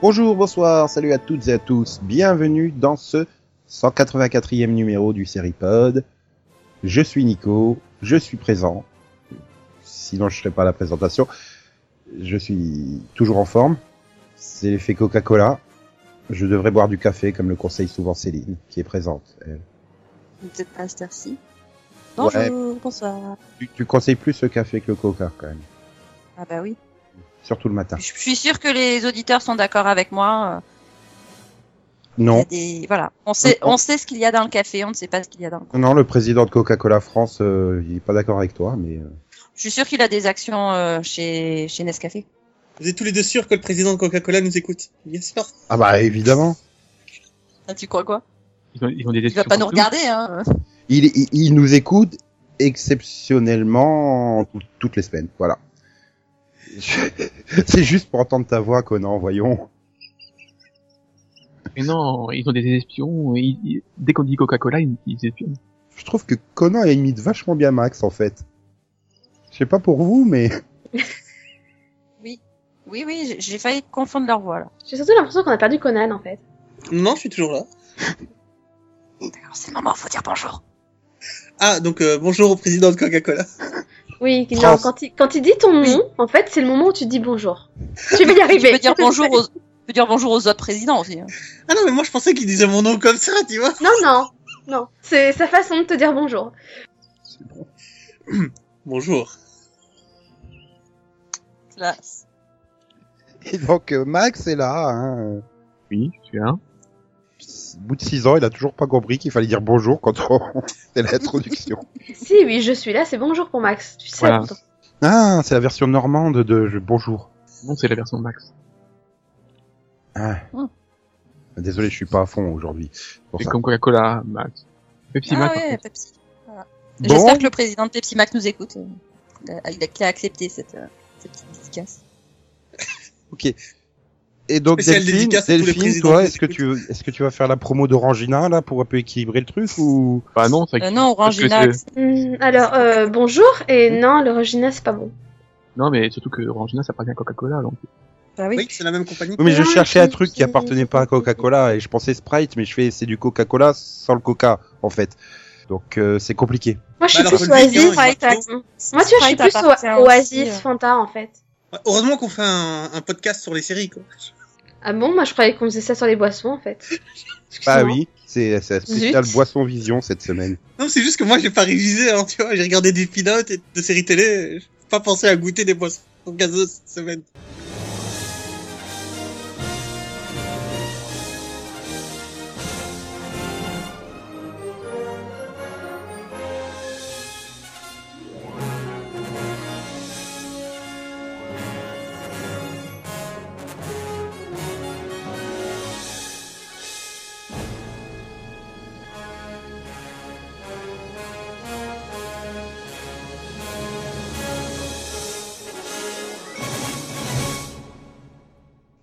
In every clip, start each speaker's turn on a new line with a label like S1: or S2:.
S1: Bonjour, bonsoir, salut à toutes et à tous. Bienvenue dans ce 184e numéro du Seripod. Je suis Nico, je suis présent. Sinon, je ne serais pas à la présentation. Je suis toujours en forme. C'est l'effet Coca-Cola. Je devrais boire du café, comme le conseille souvent Céline, qui est présente. elle.
S2: Peut-être pas à cette heure-ci. Bonjour, bonsoir.
S1: Tu, tu conseilles plus le café que le Coca, quand même.
S2: Ah bah oui.
S1: Surtout le matin.
S2: Je je suis sûre que les auditeurs sont d'accord avec moi. euh, il y
S1: Non,
S2: a des- Voilà. On sait,
S1: Non.
S2: on sait ce qu'il y a dans le café, on ne sait pas ce qu'il y a dans le
S1: non, non, le président de Coca-Cola France, euh, il est pas d'accord avec toi, mais... euh,
S2: Je suis sûre qu'il a des actions euh, chez, chez Nescafé.
S3: Vous êtes tous les deux sûrs que le président de Coca-Cola nous écoute Bien sûr.
S1: Ah bah, évidemment
S2: Ah, tu crois quoi
S4: Ils ont, ils ont des
S2: Il va
S4: discussions
S2: pas nous
S4: partout.
S2: regarder, hein.
S1: il, il, il nous écoute exceptionnellement tout- toutes les semaines. Voilà. C'est juste pour entendre ta voix, Conan, voyons.
S4: Mais non, ils ont des espions. et ils- ils- dès qu'on dit Coca-Cola, ils, ils espionnent.
S1: Je trouve que Conan imite vachement bien Max, en fait. Je sais pas pour vous, mais...
S2: Oui, oui, j'ai- j'ai failli confondre leur voix, là.
S5: J'ai surtout l'impression qu'on a perdu Conan en fait.
S3: Non, je suis toujours là.
S2: D'accord, c'est le moment, faut dire bonjour.
S3: Ah, donc euh, bonjour au président de Coca-Cola.
S5: Oui, non,
S1: Trans.
S5: quand, il, quand il dit ton
S2: Oui.
S5: nom, en fait, c'est le moment où tu dis bonjour. Je vais y
S2: Tu
S5: arriver.
S2: peux dire bonjour aux, tu peux dire bonjour aux autres présidents aussi. hein.
S3: Ah non, mais moi je pensais qu'il disait mon nom comme ça, tu vois.
S5: Non, non, non. C'est sa façon de te dire bonjour.
S3: Bonjour.
S2: Classe.
S1: Et donc, euh, Max est là, hein.
S4: Oui, je suis un.
S1: Au bout de six ans, il a toujours pas compris qu'il fallait dire bonjour quand on fait l'introduction.
S5: Si, oui, je suis là, c'est bonjour pour Max. Tu sais,
S4: Voilà.
S5: pourtant.
S1: Ah, c'est la version normande de je- bonjour.
S4: Non, c'est la version Max.
S1: Ah. Désolé, je suis pas à fond aujourd'hui. Pour
S4: C'est
S1: ça.
S4: comme Coca-Cola, Max. Pepsi
S2: ah
S4: Max.
S2: ouais,
S4: en fait.
S2: Pepsi. J'espère
S1: Bon,
S2: que le président de Pepsi Max nous écoute. euh, Il a, il a- qu'il a accepté cette, euh, cette petite dédicace.
S1: et donc
S3: Spécial
S1: Delphine,
S3: dédicace à tous les
S1: Delphine
S3: présidents
S1: toi,
S3: qui
S1: est-ce que
S3: nous
S1: tu est-ce que tu vas faire la promo d'Orangina là pour un peu équilibrer le truc ou
S4: Bah non, c'est
S2: Euh, non, Orangina.
S4: parce
S5: Hum, alors, euh, bonjour, et non, le Regina, c'est pas bon.
S4: Non, mais surtout que Orangina, ça parvient à Coca-Cola. Donc.
S2: Bah oui.
S3: Oui, c'est la même compagnie.
S1: Non mais je
S5: Non,
S1: cherchais
S5: je-
S1: un truc qui
S5: je-
S1: appartenait pas à Coca-Cola et je pensais Sprite mais je fais c'est du Coca-Cola sans le Coca en fait. Donc euh, c'est compliqué.
S5: Moi, je suis
S3: Bah, alors,
S5: plus
S3: le
S5: oasis.
S3: Vignon,
S2: Sprite,
S3: Sprite,
S2: Axe.
S5: Moi, tu vois, je suis
S2: Sprite
S5: plus
S2: appartient
S5: oa-
S2: aussi,
S5: oasis,
S2: euh,
S5: Fanta, en fait.
S3: Ouais, Bah, Heureusement qu'on fait un, un podcast sur les séries, quoi.
S5: Ah bon, moi, je croyais qu'on faisait ça sur les boissons, en fait.
S1: Bah
S5: Excuse-moi.
S1: oui, c'est c'est un spécial
S5: Zut.
S1: boisson vision cette semaine.
S3: Non, c'est juste que moi j'ai pas révisé, hein, tu vois. J'ai regardé des pilotes et de séries télé. J'ai pas pensé à goûter des boissons gazeuses cette semaine.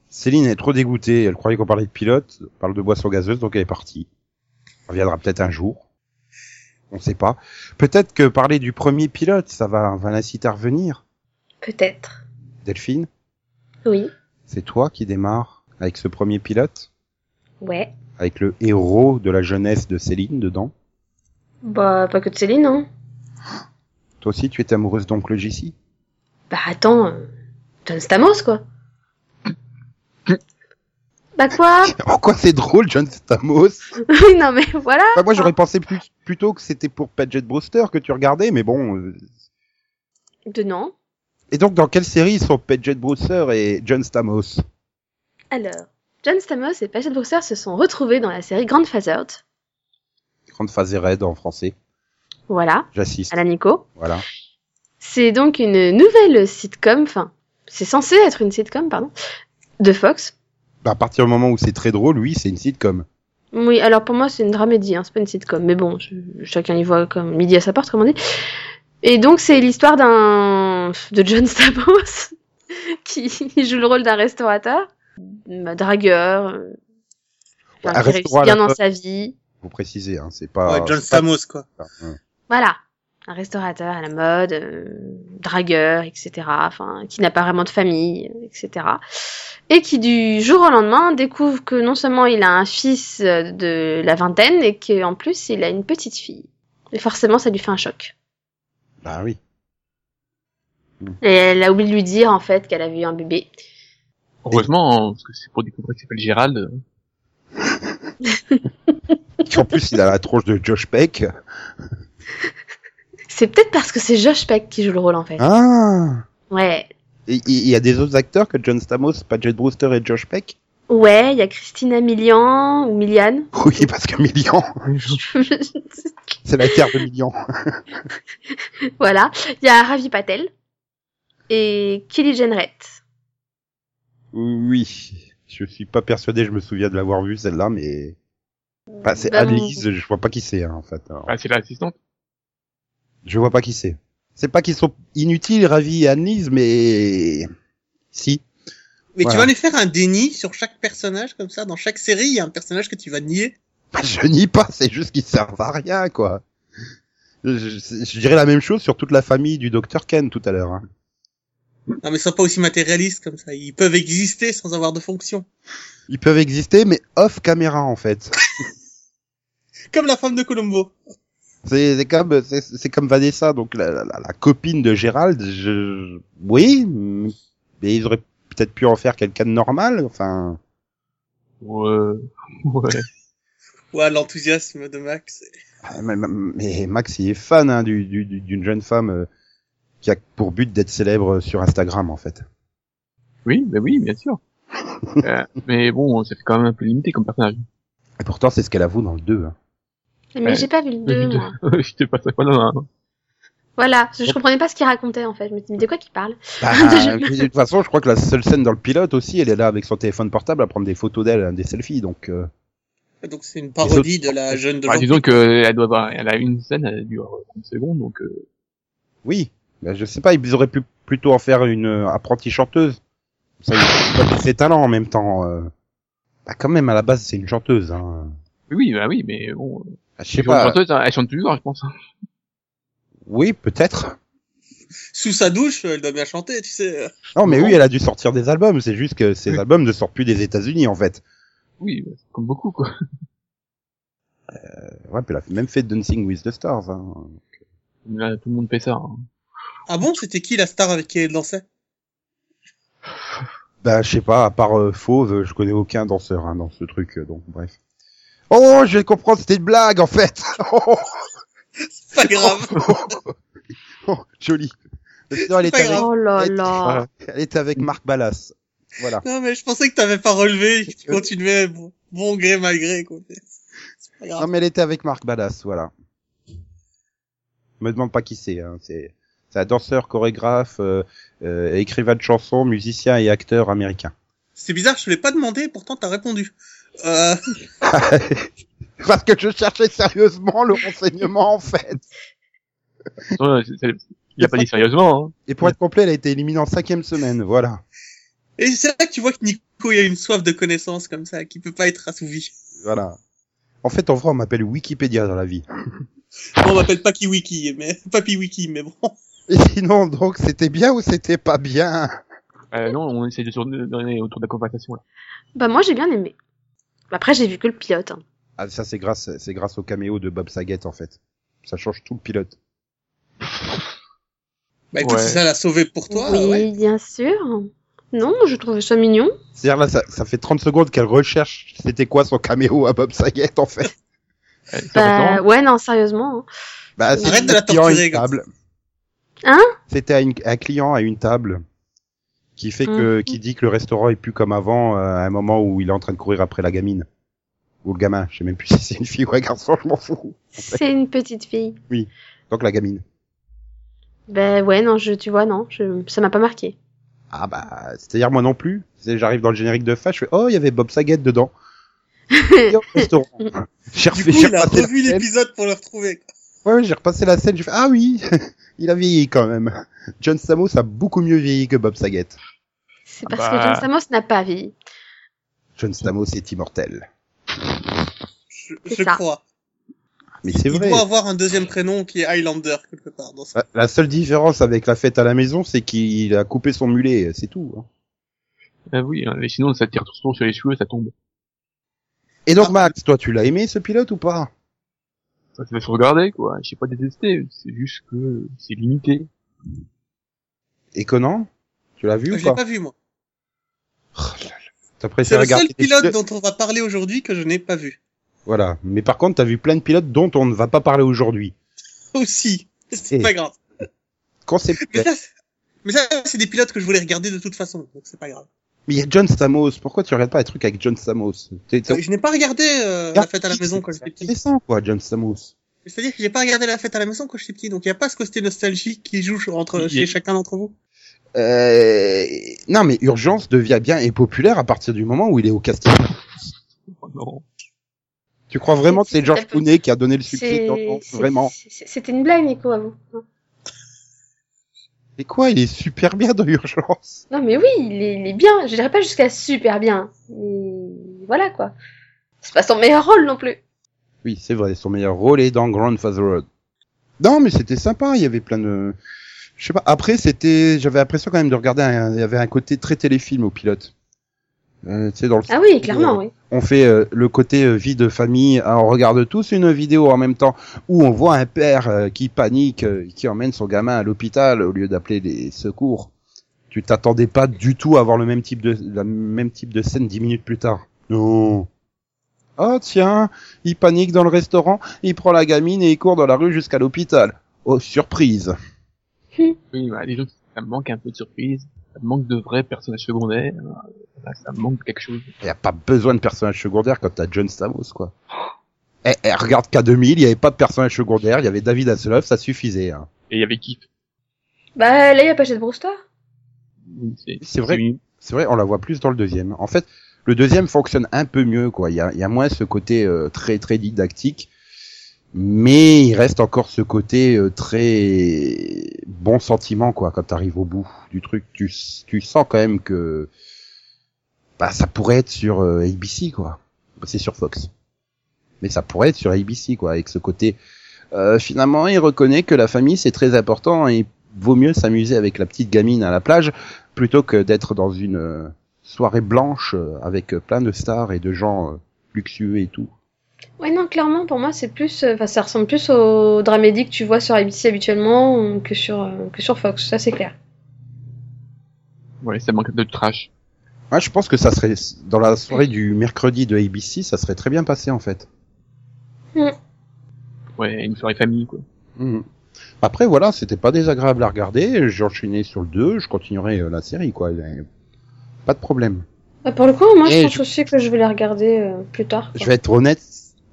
S1: Céline est trop dégoûtée, elle croyait qu'on parlait de pilote, on parle de boisson gazeuse donc elle est partie. Elle reviendra peut-être un jour. On sait pas. Peut-être que parler du premier pilote, ça va, va l'inciter à revenir.
S5: Peut-être.
S1: Delphine,
S5: Oui.
S1: c'est toi qui démarre avec ce premier pilote
S5: Ouais.
S1: avec le héros de la jeunesse de Céline dedans.
S5: Bah, pas que de Céline, hein.
S1: Toi aussi, tu étais amoureuse d'Oncle JC
S5: Bah attends, euh, John Stamos quoi. bah quoi
S1: En quoi c'est drôle, John Stamos
S5: Oui non mais voilà.
S1: Enfin, Moi, j'aurais pensé plus- plutôt que c'était pour Padgett Brewster que tu regardais, mais bon... euh.
S5: De non.
S1: Et donc, dans quelle série sont Padgett Brewster et John Stamos
S5: Alors, John Stamos et Paget Brewster se sont retrouvés dans la série Grandfathered.
S1: Grande phase raid en français.
S5: Voilà,
S1: J'assiste.
S5: à la Nico.
S1: Voilà.
S5: C'est donc une nouvelle sitcom, enfin, c'est censé être une sitcom, pardon, de Fox.
S1: Bah, À partir du moment où c'est très drôle, oui, c'est une sitcom.
S5: Oui, alors pour moi c'est une dramédie, hein, c'est pas une sitcom, mais bon, je- chacun y voit comme midi à sa porte, comme on dit. Et donc c'est l'histoire d'un de John Stamos qui joue le rôle d'un restaurateur, bah, dragueur, euh,
S1: Ouais, un
S5: enfin, qui réussit
S1: restaurant à la
S5: bien dans
S1: fois.
S5: sa vie.
S1: Faut préciser, hein, c'est pas.
S3: Ouais, John
S1: c'est pas-
S3: Stamos, quoi.
S1: Hein.
S5: Voilà, un restaurateur à la mode, euh, dragueur, etc. Enfin, qui n'a pas vraiment de famille, euh, etc. Et qui du jour au lendemain découvre que non seulement il a un fils euh, de la vingtaine et qu'en plus il a une petite fille. Et forcément, ça lui fait un choc.
S1: Bah oui.
S5: Et elle a oublié de lui dire en fait qu'elle avait eu un bébé.
S4: Heureusement, hein, parce que c'est pour découvrir qu'il s'appelle Gérald. euh,
S1: en plus, il a la tronche de Josh Peck.
S5: C'est peut-être parce que c'est Josh Peck qui joue le rôle en fait.
S1: Ah.
S5: ouais.
S1: Et Il il y a des autres acteurs que John Stamos, pas Jed Brewster et Josh Peck.
S5: Ouais, il y a Christina Milian ou Milian.
S1: Oui, parce qu'un million, c'est la terre de million.
S5: voilà. Il y a Ravi Patel et Kelly Jenrette.
S1: Oui, je suis pas persuadé, je me souviens de l'avoir vu celle-là, mais. Bah, c'est
S5: Bah,
S1: Annelise, je vois pas qui c'est, hein, en fait. Alors,
S4: Ah, c'est l'assistante.
S1: Je vois pas qui c'est. C'est pas qu'ils sont inutiles, Ravi et Annelise, mais. Si.
S3: Mais tu
S1: Voilà.
S3: vas aller faire un déni sur chaque personnage, comme ça, dans chaque série, il y a un personnage que tu vas nier.
S1: Bah, je nie pas, c'est juste qu'ils servent à rien, quoi. Je, je- je dirais la même chose sur toute la famille du docteur Ken tout à l'heure. hein.
S3: Non, mais ils sont pas aussi matérialistes comme ça. Ils peuvent exister sans avoir de fonction.
S1: Ils peuvent exister, mais off caméra, en fait.
S3: Comme la femme de Colombo.
S1: C'est c'est comme c'est- c'est comme Vanessa, donc la, la, la- la copine de Gérald. Je... Oui, mais ils auraient peut-être pu en faire quelqu'un de normal. Enfin,
S4: Ouais. euh, ouais.
S3: Ouais, l'enthousiasme de Max.
S1: mais, mais Max il est fan hein, du- du- du- d'une jeune femme euh, qui a pour but d'être célèbre sur Instagram en fait.
S4: Oui, bah oui, bien sûr. Euh, mais bon, ça fait quand même un peu limité comme personnage.
S1: Et pourtant, c'est ce qu'elle avoue dans le 2. hein.
S5: Mais
S4: Ouais.
S5: j'ai pas vu le 2, moi.
S4: J'étais pas ça pas là.
S5: Voilà, je, je comprenais pas ce qu'il racontait en fait. Je me disais, mais de quoi qu'il parle
S1: Bah,
S5: Déjà.
S1: mais de toute façon, je crois que la seule scène dans le pilote aussi, elle est là avec son téléphone portable à prendre des photos d'elle, hein, des selfies. Donc, euh,
S3: Donc c'est une parodie de la jeune de
S4: Bah,
S3: l'autre.
S4: disons qu'elle doit avoir, elle a une scène, elle dure 30 secondes, donc euh,
S1: oui. Bah, je sais pas, ils auraient pu plutôt en faire une euh, apprentie chanteuse. Ça, ils pas tous ses talents en même temps. euh. Bah, quand même, à la base, c'est une chanteuse. Hein.
S4: oui, bah oui, mais bon. euh,
S1: Bah, je
S4: c'est
S1: sais
S4: une chanteuse,
S1: pas.
S4: hein, elle chante toujours, je pense. hein.
S1: Oui, peut-être.
S3: Sous sa douche, elle doit bien chanter, tu sais.
S1: Non, mais
S4: Non.
S1: oui, elle a dû sortir des albums. C'est juste que ces
S4: Oui.
S1: albums ne sortent plus des États-Unis, en fait.
S4: Oui, bah, comme beaucoup quoi.
S1: Ouais, puis elle a même fait Dancing with the Stars. Hein.
S4: Là, tout le monde fait ça. hein.
S3: Ah bon, c'était qui la star avec qui elle dansait
S1: Bah, je sais pas, à part euh, Fauve, je connais aucun danseur hein, dans ce truc, euh, donc bref. Oh, je comprends, c'était une blague en fait oh,
S3: C'est Pas grave.
S1: oh, Joli. Sinon, elle, est
S3: pas
S1: avec,
S3: grave.
S5: Oh là
S1: Et-
S5: là.
S1: elle est avec Marc Ballas. Voilà.
S3: Non, mais je pensais que t'avais pas relevé. que Tu continuais bon, bon gré malgré, quoi. C'est pas
S1: Non,
S3: grave.
S1: mais elle était avec Marc Ballas, voilà. Me demande pas qui c'est. Hein. C'est c'est un danseur, chorégraphe, euh, euh, écrivain de chansons, musicien et acteur américain.
S3: C'est bizarre, je te l'ai pas demandé, pourtant t'as répondu. Euh,
S1: Parce que je cherchais sérieusement le renseignement en fait.
S4: De toute façon, c'est- c'est- Il a pas dit sérieusement. Hein.
S1: Et pour être complet, elle a été éliminée en cinquième semaine, voilà.
S3: et c'est là que tu vois que Nico, il a une soif de connaissances comme ça, qui peut pas être assouvie.
S1: Voilà. En fait, en vrai, on m'appelle Wikipédia dans la vie.
S3: Bon, on m'appelle Papi Wiki, mais, Papi Wiki, mais bon.
S1: Et sinon, donc, c'était bien ou c'était pas bien
S4: Euh, non, on essaie de tourner autour de la conversation là.
S5: Bah moi j'ai bien aimé. Après j'ai vu que le pilote. hein.
S1: Ah, ça, c'est grâce, c'est grâce au caméo de Bob Saget, en fait. Ça change tout le pilote.
S3: Bah écoute,
S4: Ouais.
S3: si ça l'a sauvé pour toi,
S5: oui,
S3: ouais.
S5: bien sûr. Non, je trouvais ça mignon.
S1: C'est-à-dire, là, ça, ça fait 30 secondes qu'elle recherche c'était quoi son caméo à Bob Saget, en fait.
S4: Euh, c'est
S5: Bah
S4: intéressant.
S5: ouais, non, sérieusement. hein.
S1: Bah, c'est
S3: Arrête de
S1: un
S3: la
S1: client à
S3: torturer,
S1: une
S3: comme
S1: table.
S5: Hein
S1: C'était à une- un client à une table qui fait
S3: Mmh.
S1: que, qui dit que le restaurant est plus comme avant euh, à un moment où il est en train de courir après la gamine. Ou le gamin, je sais même plus si c'est une fille ou un garçon, je m'en fous.
S5: C'est une petite fille.
S1: Donc la gamine.
S5: Bah ouais, non, je, tu vois, non, je, ça m'a pas marqué.
S1: Ah bah, c'est-à-dire moi non plus. C'est- J'arrive dans le générique de fin, je fais oh il y avait Bob Saget dedans. Et au restaurant. J'ai
S3: Du
S1: refait-
S3: coup,
S1: j'ai
S3: il a
S1: repassé la
S3: revu
S1: scène.
S3: l'épisode pour le retrouver. quoi.
S1: Ouais, ouais, j'ai repassé la scène, j'ai fait ah oui, il a vieilli quand même. John Stamos a beaucoup mieux vieilli que Bob Saget.
S5: C'est
S4: Ah
S5: parce
S4: bah.
S5: que John Stamos n'a pas vie.
S1: John Stamos est immortel.
S3: Je,
S5: C'est
S3: je
S5: ça.
S3: crois.
S1: Mais c'est
S3: Il
S1: vrai.
S3: doit avoir un deuxième prénom qui est Highlander quelque part. Dans ce...
S1: La- La seule différence avec la fête à la maison, c'est qu'il a coupé son mulet, c'est tout. hein.
S4: Ah oui, hein, mais sinon ça tire toujours sur les cheveux, ça tombe.
S1: Et donc
S3: Ah.
S1: Max, toi tu l'as aimé ce pilote ou pas
S4: Ça se fait se regarder, quoi. J'ai pas détesté, c'est juste que c'est limité.
S1: Et Conan Tu l'as vu
S3: Je
S1: ou
S3: l'ai
S1: pas,
S3: pas vu moi.
S1: T'as préféré
S3: C'est le
S1: regarder
S3: seul
S1: des
S3: pilote
S1: pilotes-
S3: dont on va parler aujourd'hui que je n'ai pas vu.
S1: Voilà. Mais par contre, t'as vu plein de pilotes dont on ne va pas parler aujourd'hui.
S3: Aussi. C'est
S1: Et-
S3: pas grave.
S1: Concept.
S3: Mais ça, c'est- mais ça, c'est des pilotes que je voulais regarder de toute façon, donc c'est pas grave.
S1: Mais il y a John Stamos. Pourquoi tu regardes pas un truc avec John Stamos T'es- t'es-
S3: Euh, Je n'ai pas regardé euh, la fête à la maison quand
S1: C'est
S3: j'étais petit.
S1: intéressant, quoi, John Stamos.
S3: C'est-à-dire que j'ai pas regardé la fête à la maison quand j'étais petit, donc il y a pas ce côté nostalgique qui joue sur- entre
S4: Il y
S3: chez
S4: a-
S3: chacun d'entre vous.
S1: Euh... Non, mais Urgence devient bien et populaire à partir du moment où il est au casting.
S4: Oh non.
S1: Tu crois vraiment que c'est George
S5: C'est-
S1: Clooney qui a donné le succès
S5: C'est-
S1: Non, non,
S5: c'est-
S1: Vraiment.
S5: c'est- C'était une blague, Nico, à vous.
S1: Mais quoi, il est super bien dans Urgence.
S5: Non, mais oui, il est, il est bien. Je dirais pas jusqu'à super bien. Mais voilà, quoi. C'est pas son meilleur rôle non plus.
S1: Oui, c'est vrai, son meilleur rôle est dans Grandfather Road. Non, mais c'était sympa, il y avait plein de... Je sais pas, après, c'était... J'avais l'impression quand même de regarder, un- il y avait un côté très téléfilm au pilote. Euh, tu sais, dans le
S5: Ah oui, clairement, oui.
S1: on fait euh, le côté euh, vie de famille, hein, on regarde tous une vidéo en même temps où on voit un père euh, qui panique, euh, qui emmène son gamin à l'hôpital au lieu d'appeler les secours. Tu t'attendais pas du tout à avoir le même type de la même type de scène dix minutes plus tard. Non. Oh tiens, il panique dans le restaurant, il prend la gamine et il court dans la rue jusqu'à l'hôpital. Oh surprise.
S4: Oui, bah, disons que ça me manque un peu de surprise, ça me manque de vrais personnages secondaires, euh, voilà, ça me manque quelque chose.
S1: Il y a pas besoin de personnages secondaires quand t'as John Stamos quoi. Eh, eh, regarde K2000, il y avait pas de personnages secondaires, il y avait David Hasselhoff, ça suffisait. Hein.
S4: Et il y avait Kip.
S5: Bah là, il y a pas de Brewster.
S1: C'est vrai.
S4: une-
S1: C'est vrai, on la voit plus dans le deuxième. En fait, le deuxième fonctionne un peu mieux, quoi. Il y a, il y a moins ce côté euh, très très didactique, mais il reste encore ce côté euh, très bon sentiment, quoi. Quand t'arrives au bout du truc, tu, s- tu sens quand même que bah ça pourrait être sur euh, ABC, quoi. C'est sur Fox, mais ça pourrait être sur ABC, quoi, avec ce côté. Euh, finalement, il reconnaît que la famille c'est très important et vaut mieux s'amuser avec la petite gamine à la plage plutôt que d'être dans une euh, soirée blanche euh, avec euh, plein de stars et de gens euh, luxueux et tout.
S5: Ouais, non, clairement, pour moi, c'est plus. euh, Enfin, ça ressemble plus aux dramédies que tu vois sur ABC habituellement euh, que sur, euh, que sur Fox. Ça, c'est clair.
S4: Ouais, ça manque de trash.
S1: Moi, Ah, je pense que ça serait dans la soirée du mercredi de ABC, ça serait très bien passé en fait.
S4: Ouais, une soirée famille, quoi.
S1: Mhm. Après voilà, c'était pas désagréable à regarder, j'enchaînais sur le 2, je continuerai euh, la série quoi, il y a pas de problème.
S5: Ouais, Euh, pour le coup, moi, je
S1: Et
S5: pense
S1: Eh, je-
S5: aussi que je vais les regarder euh, plus tard. quoi.
S1: Je vais être honnête,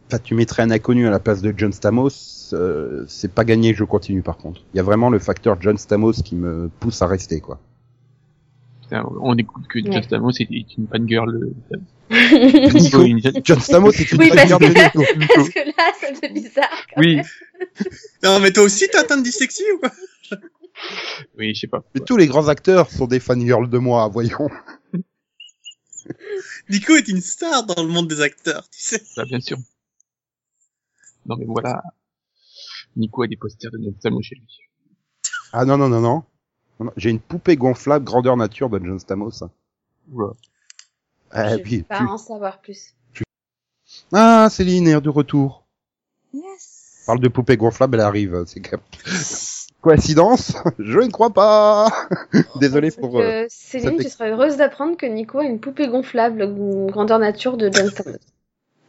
S1: enfin, tu mettrais un inconnu à la place de John Stamos, euh, c'est pas gagné que je continue par contre. Il y a vraiment le facteur John Stamos qui me pousse à rester quoi.
S4: Putain, on découvre que
S5: Ouais.
S4: Just Amos est est une fangirl. euh,
S1: Nico,
S4: une-
S1: John Stamos c'est une
S5: Oui, parce
S1: première de
S5: que-
S1: Nico.
S5: Parce que là, ça fait bizarre. quand
S4: Oui,
S5: même.
S3: Non, mais toi aussi t'as atteint de dyslexie ou quoi
S4: oui, je sais pas.
S1: Mais tous les grands acteurs sont des fangirls de moi, voyons.
S3: Nico est une star dans le monde des acteurs, tu sais.
S4: Bah, bien sûr. Non, mais voilà. Nico a des posters de Just Amos chez lui.
S1: Ah non, non, non, non. Non, non, J'ai une poupée gonflable grandeur nature de John Stamos.
S4: Oula.
S1: Ah,
S5: je
S1: oui,
S5: vais pas
S1: tu-
S5: en savoir plus.
S1: ah Céline est de retour.
S2: Yes.
S1: Parle de poupée gonflable, elle arrive. C'est que- coïncidence Je ne crois pas. Désolé
S5: Parce
S1: pour.
S5: que,
S1: euh,
S5: Céline,
S1: cette
S5: tu serais heureuse d'apprendre que Nico a une poupée gonflable euh, grandeur nature de John Stamos.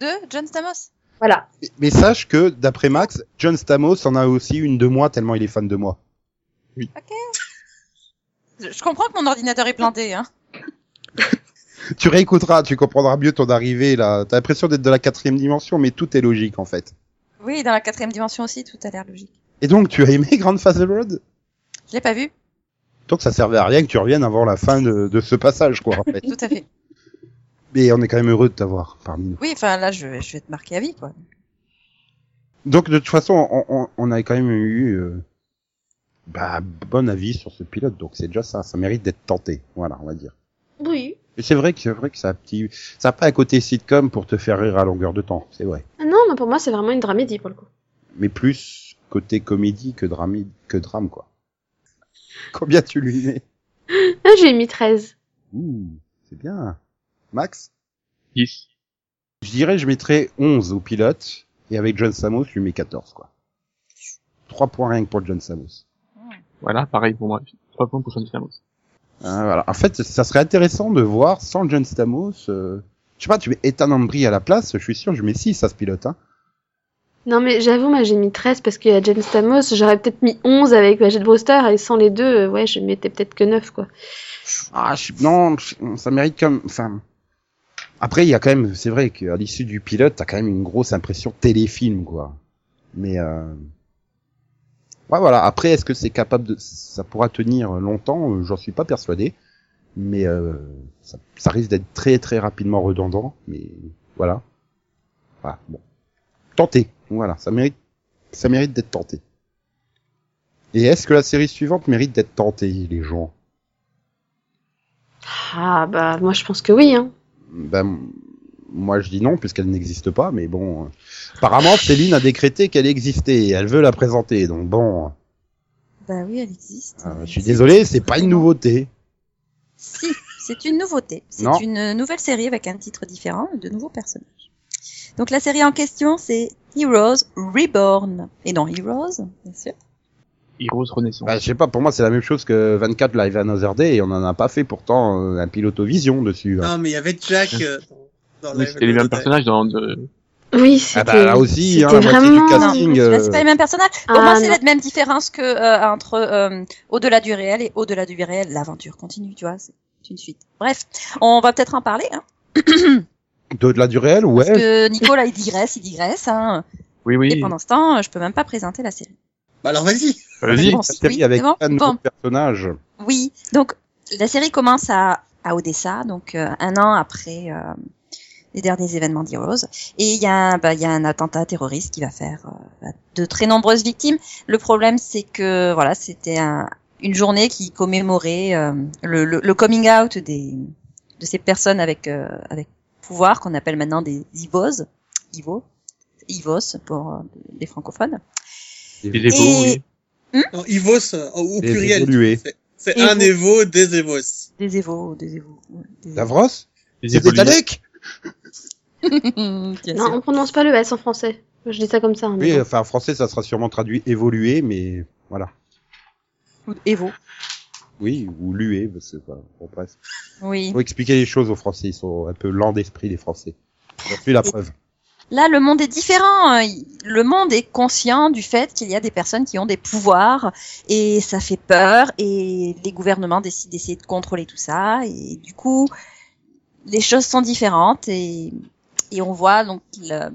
S2: De John Stamos.
S5: voilà.
S1: Mais- Mais sache que d'après Max, John Stamos en a aussi une de moi tellement il est fan de moi.
S2: Je je comprends que mon ordinateur est planté, hein.
S1: Tu réécouteras, tu comprendras mieux ton arrivée là. T'as l'impression d'être de la quatrième dimension, mais tout est logique en fait.
S2: Oui, dans la quatrième dimension aussi, tout a l'air logique.
S1: Et donc tu as aimé Grand Road
S2: Je l'ai pas vu.
S1: Donc ça servait à rien que tu reviennes avant la fin de, de ce passage, quoi, en fait.
S2: Tout à fait.
S1: Mais on est quand même heureux de t'avoir parmi nous.
S2: Oui, enfin là, je, je vais te marquer à vie, quoi.
S1: Donc de toute façon, on, on, on a quand même eu euh, bah, bon avis sur ce pilote, donc c'est déjà ça, ça mérite d'être tenté, voilà, on va dire.
S5: Oui.
S1: Mais c'est vrai que c'est vrai que ça a petit, ça a pas un côté sitcom pour te faire rire à longueur de temps, c'est vrai.
S5: Ah non, mais pour moi, c'est vraiment une dramédie pour le coup.
S1: Mais plus côté comédie que drame, que drame quoi. Combien tu lui mets
S5: Là, Ah, j'ai mis 13.
S1: Ouh, c'est bien. Max,
S4: 10.
S1: je dirais je mettrais 11 au pilote et avec John Samos, je lui mets 14 quoi. 3 points rien que pour John Samos.
S4: Voilà, pareil pour moi. 3 points pour Sean Stamos.
S1: Hein, voilà. En fait, ça serait intéressant de voir sans John Stamos. euh, Je sais pas, tu mets Ethan Embry à la place, je suis sûr, je mets 6 à ce pilote. Hein.
S5: Non, mais j'avoue, moi, j'ai mis 13 parce qu'il y a James Stamos. J'aurais peut-être mis 11 avec Jet Brewster et sans les deux, euh, ouais, je mettais peut-être que 9, quoi.
S1: Ah, je... non, je- ça mérite comme. Enfin, après, il y a quand même, c'est vrai qu'à l'issue du pilote, t'as quand même une grosse impression téléfilm, quoi. Mais euh... ouais, voilà. Après, est-ce que c'est capable de, ça pourra tenir longtemps Euh, J'en suis pas persuadé, mais euh, ça, ça risque d'être très très rapidement redondant. Mais voilà. Voilà. Bon, tenté. Voilà, ça mérite, ça mérite d'être tenté. Et est-ce que la série suivante mérite d'être tentée, les gens
S5: Ah, bah, moi, je pense que oui, hein.
S1: Ben, moi je dis non, puisqu'elle n'existe pas, mais bon. euh, Apparemment, Céline a décrété qu'elle existait et elle veut la présenter, donc bon.
S2: Bah oui, elle existe.
S1: euh, je suis désolé, c'est pas une nouveauté.
S2: Si, c'est une nouveauté.
S1: Non.
S2: C'est une nouvelle série avec un titre différent et de nouveaux personnages. Donc la série en question, c'est Heroes Reborn. Et non, Heroes, bien sûr.
S4: Heroes Renaissance.
S1: Ben, je sais pas, pour moi c'est la même chose que 24 Live Another Day et on en a pas fait pourtant euh, un pilote vision dessus.
S2: Ah.
S1: hein.
S3: Non, mais il y avait Jack euh, dans
S4: Oui, C'était les mêmes personnages dans euh, de...
S5: Oui, c'était.
S1: Ah bah, là aussi, hein,
S5: c'était
S1: la moitié du
S5: vraiment-
S2: Non,
S1: casting.
S2: là,
S1: euh,
S2: c'est pas les mêmes personnages. Pour
S5: Ah,
S2: moi, c'est
S5: non.
S2: la même différence que euh, entre euh, Au-delà du réel et Au-delà du réel, l'aventure continue, tu vois, c'est une suite. Bref, on va peut-être en parler, hein,
S1: Au-delà du réel,
S2: parce
S1: ouais.
S2: que Nicolas, il digresse, il digresse, hein,
S4: Oui, oui.
S2: et pendant ce temps, je peux même pas présenter la série.
S3: Bah alors vas-y.
S4: Vas-y.
S2: Bon,
S1: la série
S2: oui,
S1: avec
S2: c'est bon,
S1: un nouveau
S2: bon.
S1: personnage.
S2: Oui, donc la série commence à, à Odessa, donc euh, un an après euh, les derniers événements d'Heroes. Et il y, a un- bah, il y a un attentat terroriste qui va faire euh, de très nombreuses victimes. Le problème, c'est que voilà, c'était un- une journée qui commémorait euh, le, le- le coming out des, de ces personnes avec, euh, avec pouvoir qu'on appelle maintenant des Ivos. Ivo. Ivos pour euh, les francophones.
S4: Il est beau,
S2: Et-
S4: oui.
S3: Non, Evos euh, au
S1: Les
S3: pluriel.
S1: évolués.
S3: C'est- C'est
S2: Evo.
S3: un Evo, des Evos.
S2: Des Evos, des Evos. des Evos.
S1: Davros
S4: Les
S1: C'est des
S4: évolués.
S1: Daleks
S2: Bien sûr.
S5: Non, on prononce pas le S en français. Je dis ça comme ça. hein, mais
S1: Oui,
S5: bon.
S1: enfin en français ça sera sûrement traduit évolué, mais voilà.
S2: Ou Evo.
S1: Oui, ou lué, parce que, enfin, bon, bref.
S2: Oui.
S1: faut expliquer les choses aux Français. Ils sont un peu lents d'esprit, les Français. J'en suis la preuve.
S2: Là, le monde est différent. hein. Il- Le monde est conscient du fait qu'il y a des personnes qui ont des pouvoirs et ça fait peur et les gouvernements décident d'essayer de contrôler tout ça et du coup, les choses sont différentes et, et on voit donc le-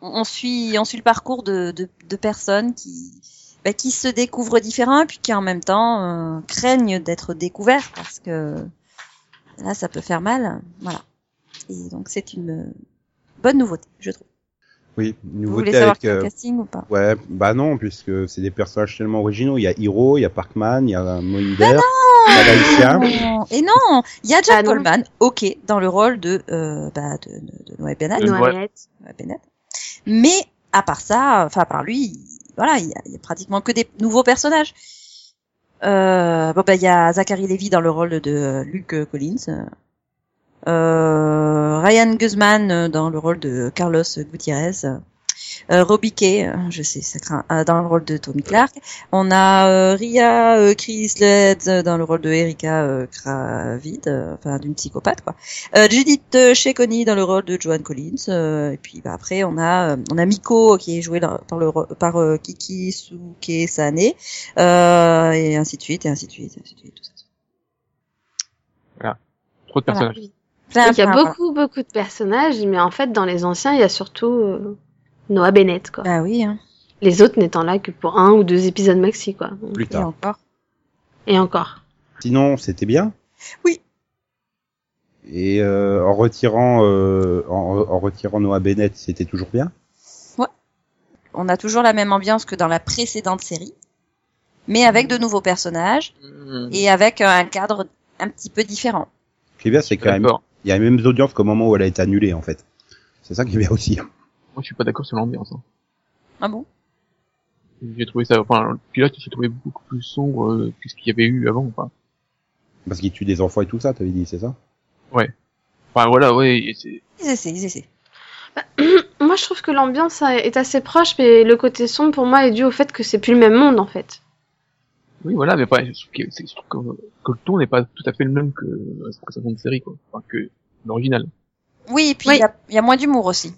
S2: on on suit on suit le parcours de, de, de personnes qui bah, qui se découvrent différents et puis qui en même temps euh, craignent d'être découverts parce que là, ça peut faire mal. Voilà. Et donc c'est une bonne nouveauté, je trouve.
S1: Oui,
S2: Vous voulez
S1: nouveauté
S2: savoir
S1: avec.
S2: qui est au
S1: euh,
S2: casting ou pas
S1: Ouais, bah non, puisque c'est des personnages tellement originaux. Il y a Hiro, il y a Parkman, il y a
S2: Bah
S1: Mohinder, il y a
S2: Ah,
S1: Laïcia.
S2: Non. Et non, il y a Jack
S5: Ah non.
S2: Coleman, ok, dans le rôle de euh, bah, de, de, de Noé Bennett,
S4: Euh, ouais.
S5: Noëllette.
S2: Noé Bennett. Mais à part ça, enfin par lui, il- voilà, il y, a, il y a pratiquement que des nouveaux personnages. Euh, bon bah il y a Zachary Levy dans le rôle de euh, Luke euh, Collins, euh, Ryan Guzman euh, dans le rôle de Carlos Gutiérrez, euh, Robbie Kay, euh, je sais, ça craint, euh, dans le rôle de Tommy Clark. On a euh, Ria euh, Chrislett, euh, dans le rôle de Erika euh, Kravid, euh, enfin d'une psychopathe quoi. Euh, Judith euh, Checoni dans le rôle de Joan Collins. euh, et puis bah, après on a euh, on a Miko qui est joué dans- par le ro- par euh, Kiki Suke Sane euh, et ainsi de suite et ainsi de suite et ainsi de suite. Tout ça.
S4: Trop de personnages.
S2: Plein,
S5: Donc, il y a
S2: plein,
S5: beaucoup, beaucoup de personnages, mais en fait, dans les anciens, il y a surtout euh, Noah Bennett, quoi.
S2: voilà. Bah oui hein.
S3: Ah.
S5: Les autres n'étant là que pour un ou deux épisodes maxi, quoi.
S1: Plus
S2: Et
S1: tard.
S2: encore.
S5: Et encore.
S1: Sinon, c'était bien.
S2: Oui.
S1: Et euh, en retirant euh, en, en retirant Noah Bennett, c'était toujours bien.
S2: On a toujours la même ambiance que dans la précédente série, mais avec de nouveaux personnages et avec euh, un cadre un petit peu différent.
S1: Ce qui est bien, c'est quand même
S4: D'accord.
S1: il y a les mêmes audiences qu'au moment où elle a été annulée en fait. C'est ça qui est bien aussi. hein.
S4: Moi, je suis pas d'accord sur l'ambiance. hein.
S2: Ah bon
S4: J'ai trouvé ça, enfin, le pilote, j'ai trouvé beaucoup plus sombre euh, que ce qu'il y avait eu avant. Enfin,
S1: Parce qu'il tue des enfants et tout ça, t'avais dit, c'est ça
S4: enfin voilà, ouais, et c'est
S2: Ils essaient, ils essaient.
S5: Moi, je trouve que l'ambiance euh, est assez proche, mais le côté sombre, pour moi, est dû au fait que c'est plus le même monde, en fait.
S4: Oui, voilà, mais pas, je trouve que, c'est- je trouve que, que le ton n'est pas tout à fait le même que euh, la présentation de série, quoi. Enfin, que l'original.
S2: Oui, et puis il
S5: Oui.
S2: y a- il y, a moins d'humour aussi.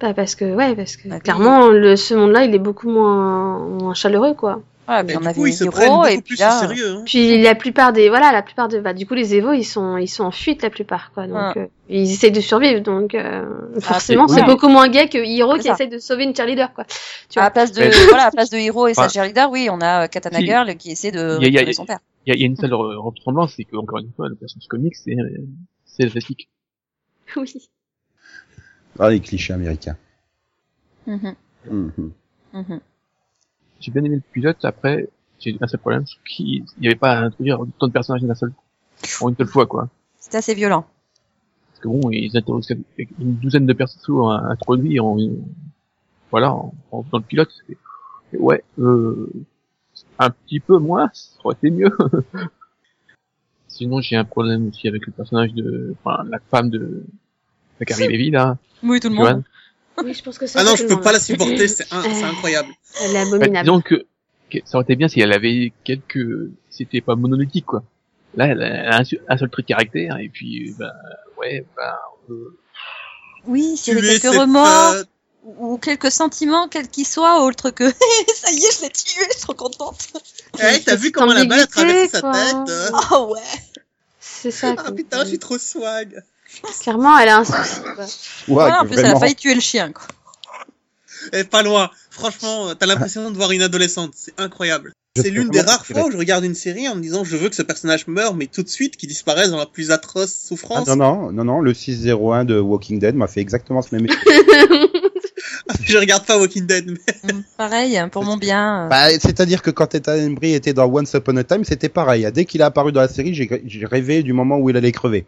S5: Bah, parce que, ouais, parce que
S2: Bah, puis-
S5: clairement, le, ce monde-là, il est beaucoup moins, moins chaleureux, quoi.
S2: Voilà,
S3: Mais
S2: puis on
S3: du
S2: avait
S3: coup, ils
S2: les
S3: se
S2: héros,
S3: prennent
S2: et
S3: beaucoup
S2: puis
S3: plus
S2: là,
S3: au sérieux. hein.
S5: Puis la plupart des voilà, la plupart de bah du coup les évos ils sont ils sont en fuite la plupart quoi. Donc
S2: Ah.
S5: euh, ils essayent de survivre donc euh, forcément
S4: c'est-
S5: c'est
S4: oui.
S5: beaucoup moins gay que Hiro
S2: C'est
S5: qui
S2: ça.
S5: essaye de sauver une cheerleader quoi. tu
S2: à
S5: vois.
S2: la place de
S4: Mais-
S2: voilà, à la place de Hiro et sa
S4: Enfin,
S2: cheerleader, oui, on a euh, Katana
S4: si.
S2: Girl qui essaie de
S4: Il y a- il y a-
S2: retrouver son père.
S4: Il y a, il y a une seule re- ressemblance, c'est que, encore une fois, le personnage comique, c'est, euh, c'est helvétique.
S5: Oui.
S1: Ah, les clichés américains.
S2: Mhm,
S1: Mhm.
S2: mhm.
S4: J'ai bien aimé le pilote, après, j'ai un seul problème, c'est qu'il n'y avait pas à introduire tant de personnages d'un seul, en une seule fois, quoi.
S2: C'est assez violent.
S4: Parce que bon, ils interrogent avec une douzaine de personnages à- introduits en, voilà, en, en- dans le pilote. c'est- Ouais, euh, un petit peu moins, ça aurait été mieux. Sinon, j'ai un problème aussi avec le personnage de, enfin, la femme de, de Carrie Levy, là.
S2: Oui, tout le
S4: Johan.
S2: monde.
S5: Oui, je pense que ça
S3: Ah non, je peux pas la supporter, c'est un- c'est incroyable.
S5: Elle est
S4: Bah,
S5: abominable.
S4: disons que, que ça aurait été bien si elle avait quelques, c'était pas monolithique, quoi. Là, elle a un, seul- un seul truc caractère, et puis, bah, ouais, bah, euh,
S2: Oui, s'il y avait
S3: Tuer
S2: quelques
S3: cette,
S2: remords
S3: euh,
S2: ou ou quelques sentiments, quels qu'ils soient, autre que ça y est, je l'ai tué, je suis trop contente.
S3: Eh, t'as vu comment la balle a traversé sa
S5: Ambiguïté,
S3: tête
S5: quoi.
S3: euh
S2: Oh ouais.
S5: C'est ça.
S3: Ah
S5: quoi.
S3: putain, je suis trop swag.
S5: Clairement, elle a un souci. quoi.
S1: Ouais,
S2: Voilà, en plus, elle
S1: vraiment.
S2: a failli tuer le chien. Quoi.
S3: Eh, pas loin. Franchement, euh, t'as l'impression de voir une adolescente. C'est incroyable.
S1: Je
S3: C'est
S1: peux
S3: l'une des
S1: vraiment
S3: rares
S1: préférer.
S3: fois où je regarde une série en me disant je veux que ce personnage meure, mais tout de suite qu'il disparaisse dans la plus atroce
S1: Ah,
S3: souffrance.
S1: non, non, non, non, le 601 de Walking Dead m'a fait exactement ce même effet.
S3: je regarde pas Walking Dead, mais
S2: Mm, Pareil, hein, pour mon bien. euh,
S1: Bah, c'est-à-dire que quand Ethan Embry était dans Once Upon a Time, c'était pareil. Dès qu'il est apparu dans la série, j'ai j'ai rêvé du moment où il allait crever.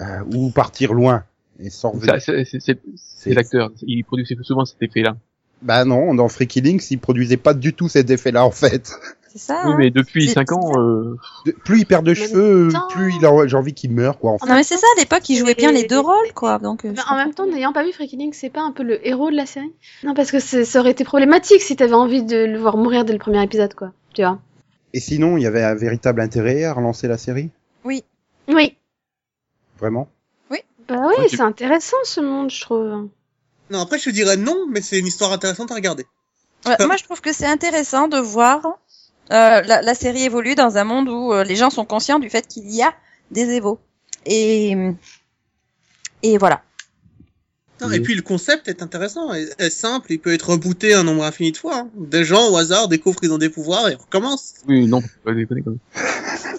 S1: Euh, ou partir loin. Et sans revenir.
S4: ça, c'est, c'est, c'est, c'est l'acteur. Il produisait souvent cet effet-là.
S1: Bah non, dans Freaky Links, il produisait pas du tout cet effet-là, en fait.
S2: C'est ça.
S4: Oui,
S2: hein.
S4: mais depuis
S2: C'est-
S4: 5 ans, euh,
S1: De- plus il perd de
S5: Mais
S1: cheveux, euh,
S5: putain.
S1: plus il a, j'ai envie qu'il meure, quoi, en fait.
S2: Non, mais c'est ça, à l'époque, il jouait bien les
S5: Et-
S2: deux rôles, quoi. Donc, euh,
S5: Mais
S2: je
S5: Bah, en
S2: comprends.
S5: même temps, n'ayant pas vu Freaking Link, c'est pas un peu le héros de la série Non, parce que c'est- ça aurait été problématique si t'avais envie de le voir mourir dès le premier épisode, quoi. Tu vois
S1: Et sinon, il y avait un véritable intérêt à relancer la série
S5: Oui.
S1: Vraiment
S5: Bah oui,
S4: Moi, j'ai-
S5: c'est intéressant ce monde, je trouve.
S3: non. Après, je te dirais non, mais c'est une histoire intéressante à regarder.
S2: Ouais, moi, je trouve que c'est intéressant de voir euh, la, la série évoluer dans un monde où euh, les gens sont conscients du fait qu'il y a des évos. Et, et voilà.
S3: Non,
S4: Oui.
S3: Et puis le concept est intéressant, est, est simple, il peut être rebooté un nombre infini de fois. hein. Des gens au hasard découvrent qu'ils ont des pouvoirs et recommencent.
S4: oui, non, faut pas déconner quand même.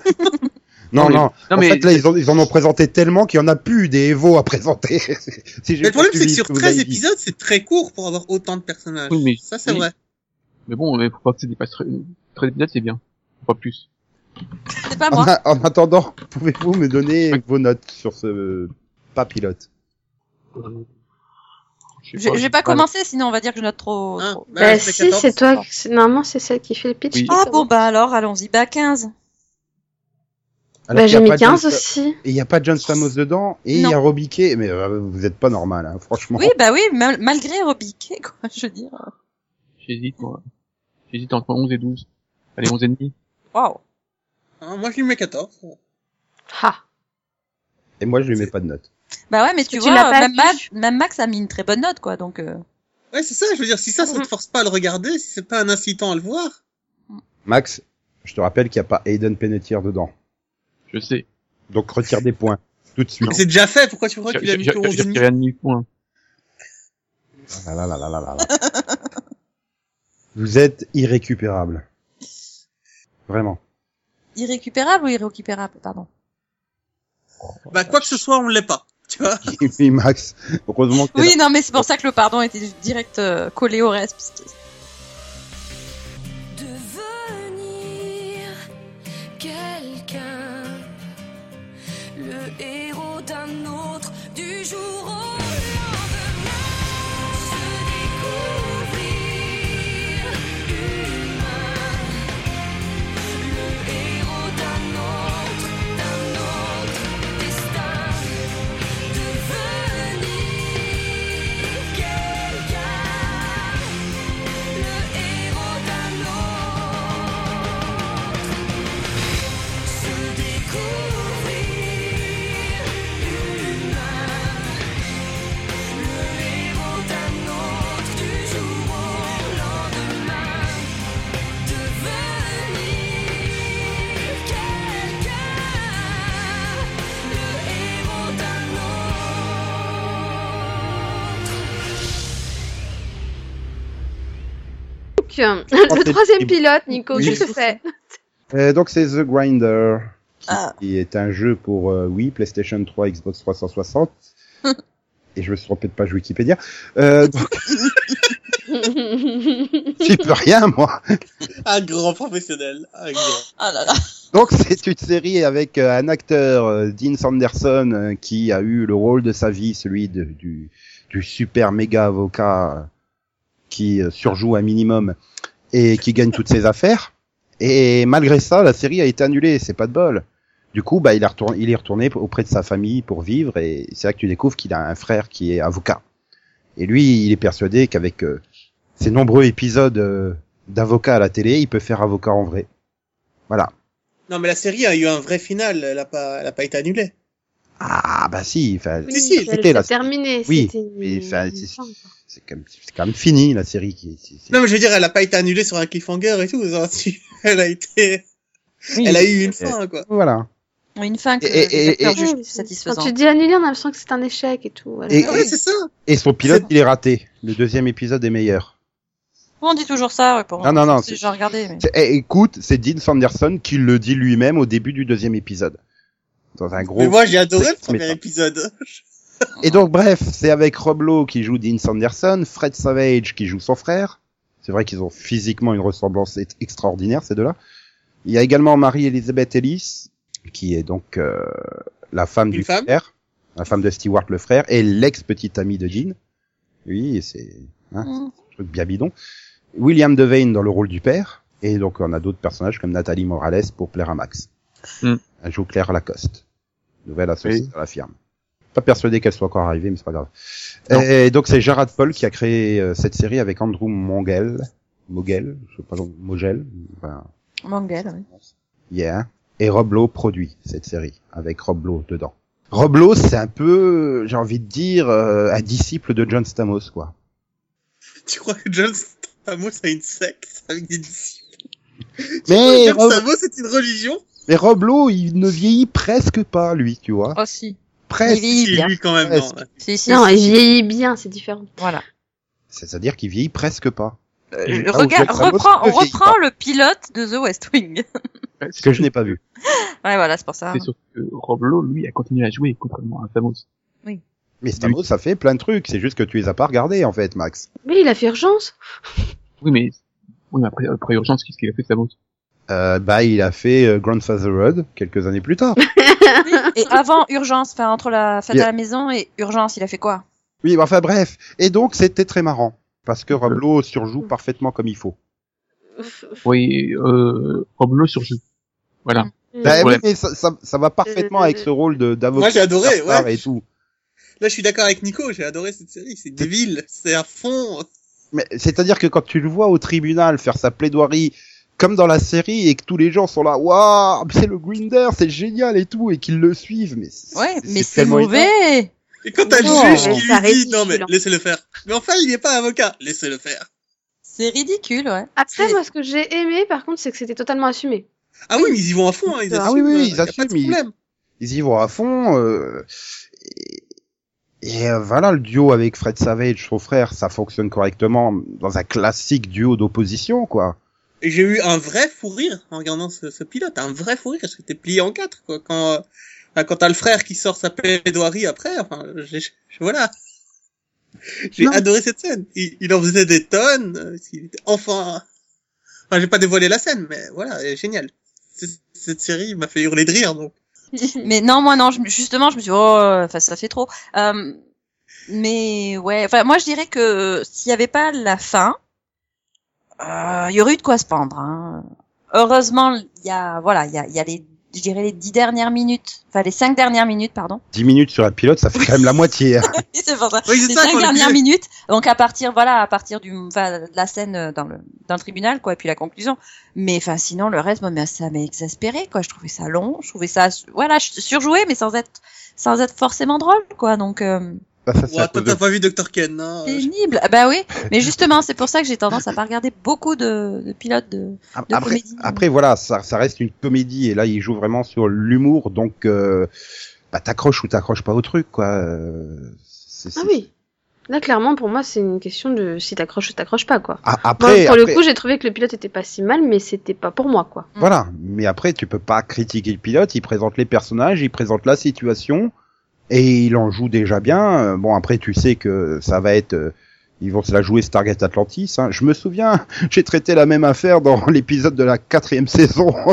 S1: Non,
S4: Non, mais-
S1: non.
S4: non,
S1: en
S4: mais-
S1: fait, là, ils, ont- ils en ont présenté tellement qu'il y en a plus des Evo à présenter. Si j'ai
S3: Mais le
S1: pas
S3: problème, c'est que
S1: suivi
S3: sur
S1: ce vous
S3: 13
S1: avez dit.
S3: épisodes, c'est très court pour avoir autant de personnages.
S4: Oui, mais-
S3: Ça, c'est
S4: oui.
S3: vrai.
S4: Mais bon, mais faut pas que ça dépasse très, très épisodes, c'est bien. Pas plus.
S2: C'est pas
S1: En,
S2: moi.
S1: a- en attendant, pouvez-vous me donner vos notes sur ce pas pilote
S4: Euh, je sais
S2: Je- J'ai pas
S4: voilà.
S2: commencé, sinon on va dire que je note trop.
S3: Hein,
S2: trop.
S3: bah,
S5: Bah
S3: je fais
S5: si,
S3: 14.
S5: c'est toi. qui- c'est- Normalement, c'est celle qui fait le pitch.
S4: Oui.
S5: qui
S2: Ah
S5: commence.
S2: bon, bah alors, allons-y. Bah 15.
S1: Alors qu'il
S5: Bah
S1: y a
S5: j'ai mis
S1: pas de John
S5: 15
S1: Sta-
S5: aussi.
S1: Et il n'y a pas de John Stamos dedans, et il y a Robbie Kay. Mais euh, vous êtes pas normal, hein, franchement.
S2: Oui, bah oui, mal- malgré Robiquet, quoi, je veux dire.
S4: J'hésite, moi. J'hésite entre 11 et 12. Allez, 11 et demi.
S2: Waouh.
S3: Hein, moi, je lui mets 14.
S5: Ah.
S1: Et moi, je lui mets pas de notes.
S2: Bah ouais, mais tu
S5: tu
S2: vois,
S5: l'as pas
S2: même,
S5: vu.
S2: Max, même Max a mis une très bonne note, quoi, donc. euh,
S3: Ouais, c'est ça, je veux dire, si ça, ça te force pas à le regarder, si c'est pas un incitant à le voir.
S1: Max, je te rappelle qu'il n'y a pas Aiden Penetier dedans.
S4: Je sais.
S1: Donc retire des points, tout de suite.
S3: C'est déjà fait, pourquoi tu crois
S4: J'ai
S3: qu'il a mis que 11
S4: retiré un demi-point.
S1: Ah là là là là là là. Vous êtes irrécupérable. Vraiment.
S2: Irrécupérable ou irrécupérable, pardon.
S3: Bah, quoi que ce soit, on l'est pas. Tu vois
S1: Oui, Max. Heureusement que t'es
S2: Oui, non, mais c'est pour ça que le pardon était direct euh, collé au reste. parce que-
S6: devenir quelqu'un, le héros d'un autre du jour au lendemain, se découvrir humain, le héros d'un autre, d'un autre destin, devenir quelqu'un. Le héros d'un autre se découvrir humain. Le héros d'un autre du jour au lendemain devenir quelqu'un. Le héros d'un autre.
S5: Donc, euh, le
S1: c'est
S5: troisième
S1: terrible.
S5: pilote, Nico,
S1: Oui.
S5: qu'est-ce que c'est
S1: Euh, donc c'est The Grinder, qui,
S2: Ah.
S1: qui est un jeu pour euh, Wii, PlayStation 3, Xbox 360. Et je me suis trompé de page Wikipédia. Euh, donc, j'y peux rien, moi.
S3: Un grand professionnel. Un grand.
S2: Ah là là.
S1: Donc, c'est une série avec euh, un acteur, euh, Dean Sanderson, euh, qui a eu le rôle de sa vie, celui de- du, du super méga avocat euh, qui euh, surjoue un minimum et qui gagne toutes ses affaires. Et malgré ça, la série a été annulée. C'est pas de bol. Du coup, bah, il, a retourné, il est retourné auprès de sa famille pour vivre, et c'est là que tu découvres qu'il a un frère qui est avocat. Et lui, il est persuadé qu'avec euh, ses nombreux épisodes euh, d'avocat à la télé, il peut faire avocat en vrai. Voilà.
S3: Non, mais la série a eu un vrai final. Elle a pas, elle a pas été annulée.
S1: Ah bah si, enfin,
S3: Oui, si,
S5: Elle
S1: c'était la-
S5: s'est terminée.
S1: Oui,
S5: c'était-
S1: mais ça, c'est- c'est quand, même- c'est quand même fini la série. Qui, c'est- c'est-
S3: Non, mais je veux dire, elle a pas été annulée sur un cliffhanger et tout. genre, si- Elle a été,
S4: Oui.
S3: elle a eu une fin, quoi.
S1: Voilà.
S2: Une fin que
S1: Et- et-
S2: les acteurs
S1: et-
S2: jugent
S5: Ouais, Quand
S2: satisfaisante.
S5: tu dis annuler, on a l'impression que c'est un échec et tout. voilà.
S1: Et-
S3: Ah ouais, c'est ça.
S1: Et son pilote, il est raté. Le deuxième épisode est meilleur.
S2: On dit toujours ça. ouais, Pour...
S1: Non, non, non,
S2: Si
S1: c'est-
S2: J'ai regardé. Mais...
S1: C'est- eh, écoute, c'est Dean Sanderson qui le dit lui-même au début du deuxième épisode. Dans un gros.
S3: Mais moi, j'ai adoré le
S1: c'est- mais
S3: premier
S1: ça.
S3: épisode.
S1: Et donc, bref, c'est avec Rob Lowe qui joue Dean Sanderson, Fred Savage qui joue son frère. C'est vrai qu'ils ont physiquement une ressemblance e- extraordinaire, ces deux-là. Il y a également Marie-Elizabeth Ellis, qui est donc euh, la femme
S3: Une
S1: du
S3: femme
S1: frère, la femme de Stewart le frère, et l'ex-petite amie de Dean. Oui, et c'est hein,
S2: Mm.
S1: un truc bien bidon. William Devane dans le rôle du père, et donc on a d'autres personnages comme Nathalie Morales pour plaire à Max.
S4: Mm.
S1: Elle joue Claire Lacoste, nouvelle associée
S4: Oui.
S1: à la firme. Pas persuadé qu'elle soit encore arrivée, mais c'est pas grave.
S4: Non.
S1: Et donc c'est Gerard Paul qui a créé euh, cette série avec Andrew Mongel, Mogel, je sais pas, Mogel, enfin,
S2: Mangel, oui.
S1: Yeah. hein. Et Roblo produit cette série avec Roblo dedans. Roblo, c'est un peu, j'ai envie de dire, euh, un disciple de John Stamos, quoi.
S3: Tu crois que John Stamos a une secte avec des disciples?
S1: Mais,
S3: John
S1: Rob-
S3: Stamos, c'est une religion?
S1: mais Roblo, il ne vieillit presque pas, lui, tu vois.
S2: Oh si. Il
S1: Presque.
S2: vieillit bien.
S3: lui, quand même, non. là.
S2: Si, si,
S5: Non,
S2: si.
S5: il vieillit bien, c'est différent.
S2: Voilà.
S1: C'est-à-dire qu'il vieillit presque pas. Euh,
S2: Le
S1: là où
S2: regard-
S1: John Stamos
S2: reprend,
S1: ne
S2: on
S1: vieillit
S2: reprend
S1: pas,
S2: le pilote de The West Wing.
S1: ce que je n'ai pas vu.
S2: ouais, voilà, c'est pour ça.
S4: C'est surtout que Rob Lowe, lui, a continué à jouer, contrairement à Famos.
S1: Mais Stamos, ça fait plein de trucs. C'est juste que tu les as pas regardés, en fait, Max.
S5: Mais il a fait urgence.
S4: Oui, mais, oui, mais après, après urgence, qu'est-ce qu'il a fait, Famos?
S1: Euh, bah, il a fait euh, Grandfatherhood quelques années plus tard.
S2: Et avant Urgence, enfin entre la fête
S1: Yeah.
S2: à la maison et Urgence, il a fait quoi
S1: Oui, mais enfin bref. Et donc c'était très marrant parce que Roblo surjoue parfaitement comme il faut. Bah,
S4: Oui, euh, Rob Lowe surjoue. Voilà.
S1: Bah, oui,
S4: Ouais.
S1: mais ça, ça, ça va parfaitement avec ce rôle de d'avocat.
S3: Moi, j'ai adoré,
S1: superstar
S3: ouais.
S1: Et tout.
S3: Là, je suis d'accord avec Nico, j'ai adoré cette série, c'est débile, c'est à fond.
S1: Mais c'est-à-dire que quand tu le vois au tribunal faire sa plaidoirie comme dans la série et que tous les gens sont là, waouh, c'est le Grinder, c'est génial et tout et qu'ils le suivent, mais c'est-
S2: Ouais, mais c'est
S1: tellement énorme.
S2: mauvais.
S3: Et quand t'as
S2: Non,
S3: le juge qui
S5: ça
S3: lui dit,
S5: ridicule.
S3: non mais laissez-le faire. Mais enfin, il n'est pas avocat, laissez-le faire.
S2: C'est ridicule, ouais.
S5: Après, moi, ce que j'ai aimé, par contre, c'est que c'était totalement assumé.
S3: Ah oui, mais ils y vont à fond, hein, ils
S1: Ah
S3: assument.
S1: oui, oui,
S3: euh,
S1: ils
S3: y a Pas
S1: assument,
S3: de
S1: ils-
S3: problème.
S1: Ils y vont à fond. euh, et, et, euh, voilà, le duo avec Fred Savage, son frère, ça fonctionne correctement dans un classique duo d'opposition, quoi.
S3: Et j'ai eu un vrai fou rire en regardant ce, ce pilote, un vrai fou rire, j'étais plié en quatre, quoi. Quand, euh, enfin, quand t'as le frère qui sort sa plaidoirie après, enfin, j'ai, j'ai- voilà. J'ai
S5: Non.
S3: adoré cette scène. Il, il en faisait des tonnes, euh, il était enfin, enfin, j'ai pas dévoilé la scène, mais voilà, euh, génial. C- Cette série m'a fait hurler de rire, donc.
S2: Mais non, moi non, je- justement, je me suis dit, oh, enfin, ça fait trop. Euh, mais ouais, enfin, moi je dirais que s'il n'y avait pas la fin, euh, il y aurait eu de quoi se pendre. hein. Heureusement, il y a, voilà, il y a, il y a les, je dirais les dix dernières minutes, enfin les cinq dernières minutes, pardon.
S1: 10 minutes sur un pilote, ça fait quand même la moitié. hein.
S2: Oui, c'est pour ça.
S3: Oui,
S2: les
S3: c'est ça,
S2: cinq
S3: quand le
S2: dernières
S3: pilote-
S2: minutes. Donc à partir, voilà, à partir du, enfin, de la scène euh, dans le, dans le tribunal, quoi, et puis la conclusion. Mais enfin, sinon le reste, moi, mais ça m'a exaspéré, quoi. Je trouvais ça long, je trouvais ça, voilà, je- surjoué, mais sans être, sans être forcément drôle, quoi. Donc euh,
S1: Bah, ça, c'est
S3: Ouais,
S1: à
S3: toi,
S1: cause de-
S3: t'as pas vu Dr. Ken, hein. euh,
S2: pénible. Ah bah oui. Mais justement, c'est pour ça que j'ai tendance à pas regarder beaucoup de, de pilotes de. de
S1: Après,
S2: comédie.
S1: après, voilà, ça, ça reste une comédie et là, il joue vraiment sur l'humour, donc euh, bah, t'accroches ou t'accroches pas au truc, quoi. euh, c'est-
S5: Ah
S1: c'est-
S5: oui. Là, clairement, pour moi, c'est une question de si t'accroches ou t'accroches pas, quoi.
S1: A-
S5: Moi,
S1: Ah, après,
S5: pour
S1: après
S5: le coup, j'ai trouvé que le pilote était pas si mal, mais c'était pas pour moi, quoi.
S1: voilà. Mais après, tu peux pas critiquer le pilote. Il présente les personnages, il présente la situation et il en joue déjà bien. Euh, Bon, après, tu sais que ça va être. euh, ils vont se la jouer Stargate Atlantis. Hein. Je me souviens, j'ai traité la même affaire dans l'épisode de la quatrième saison.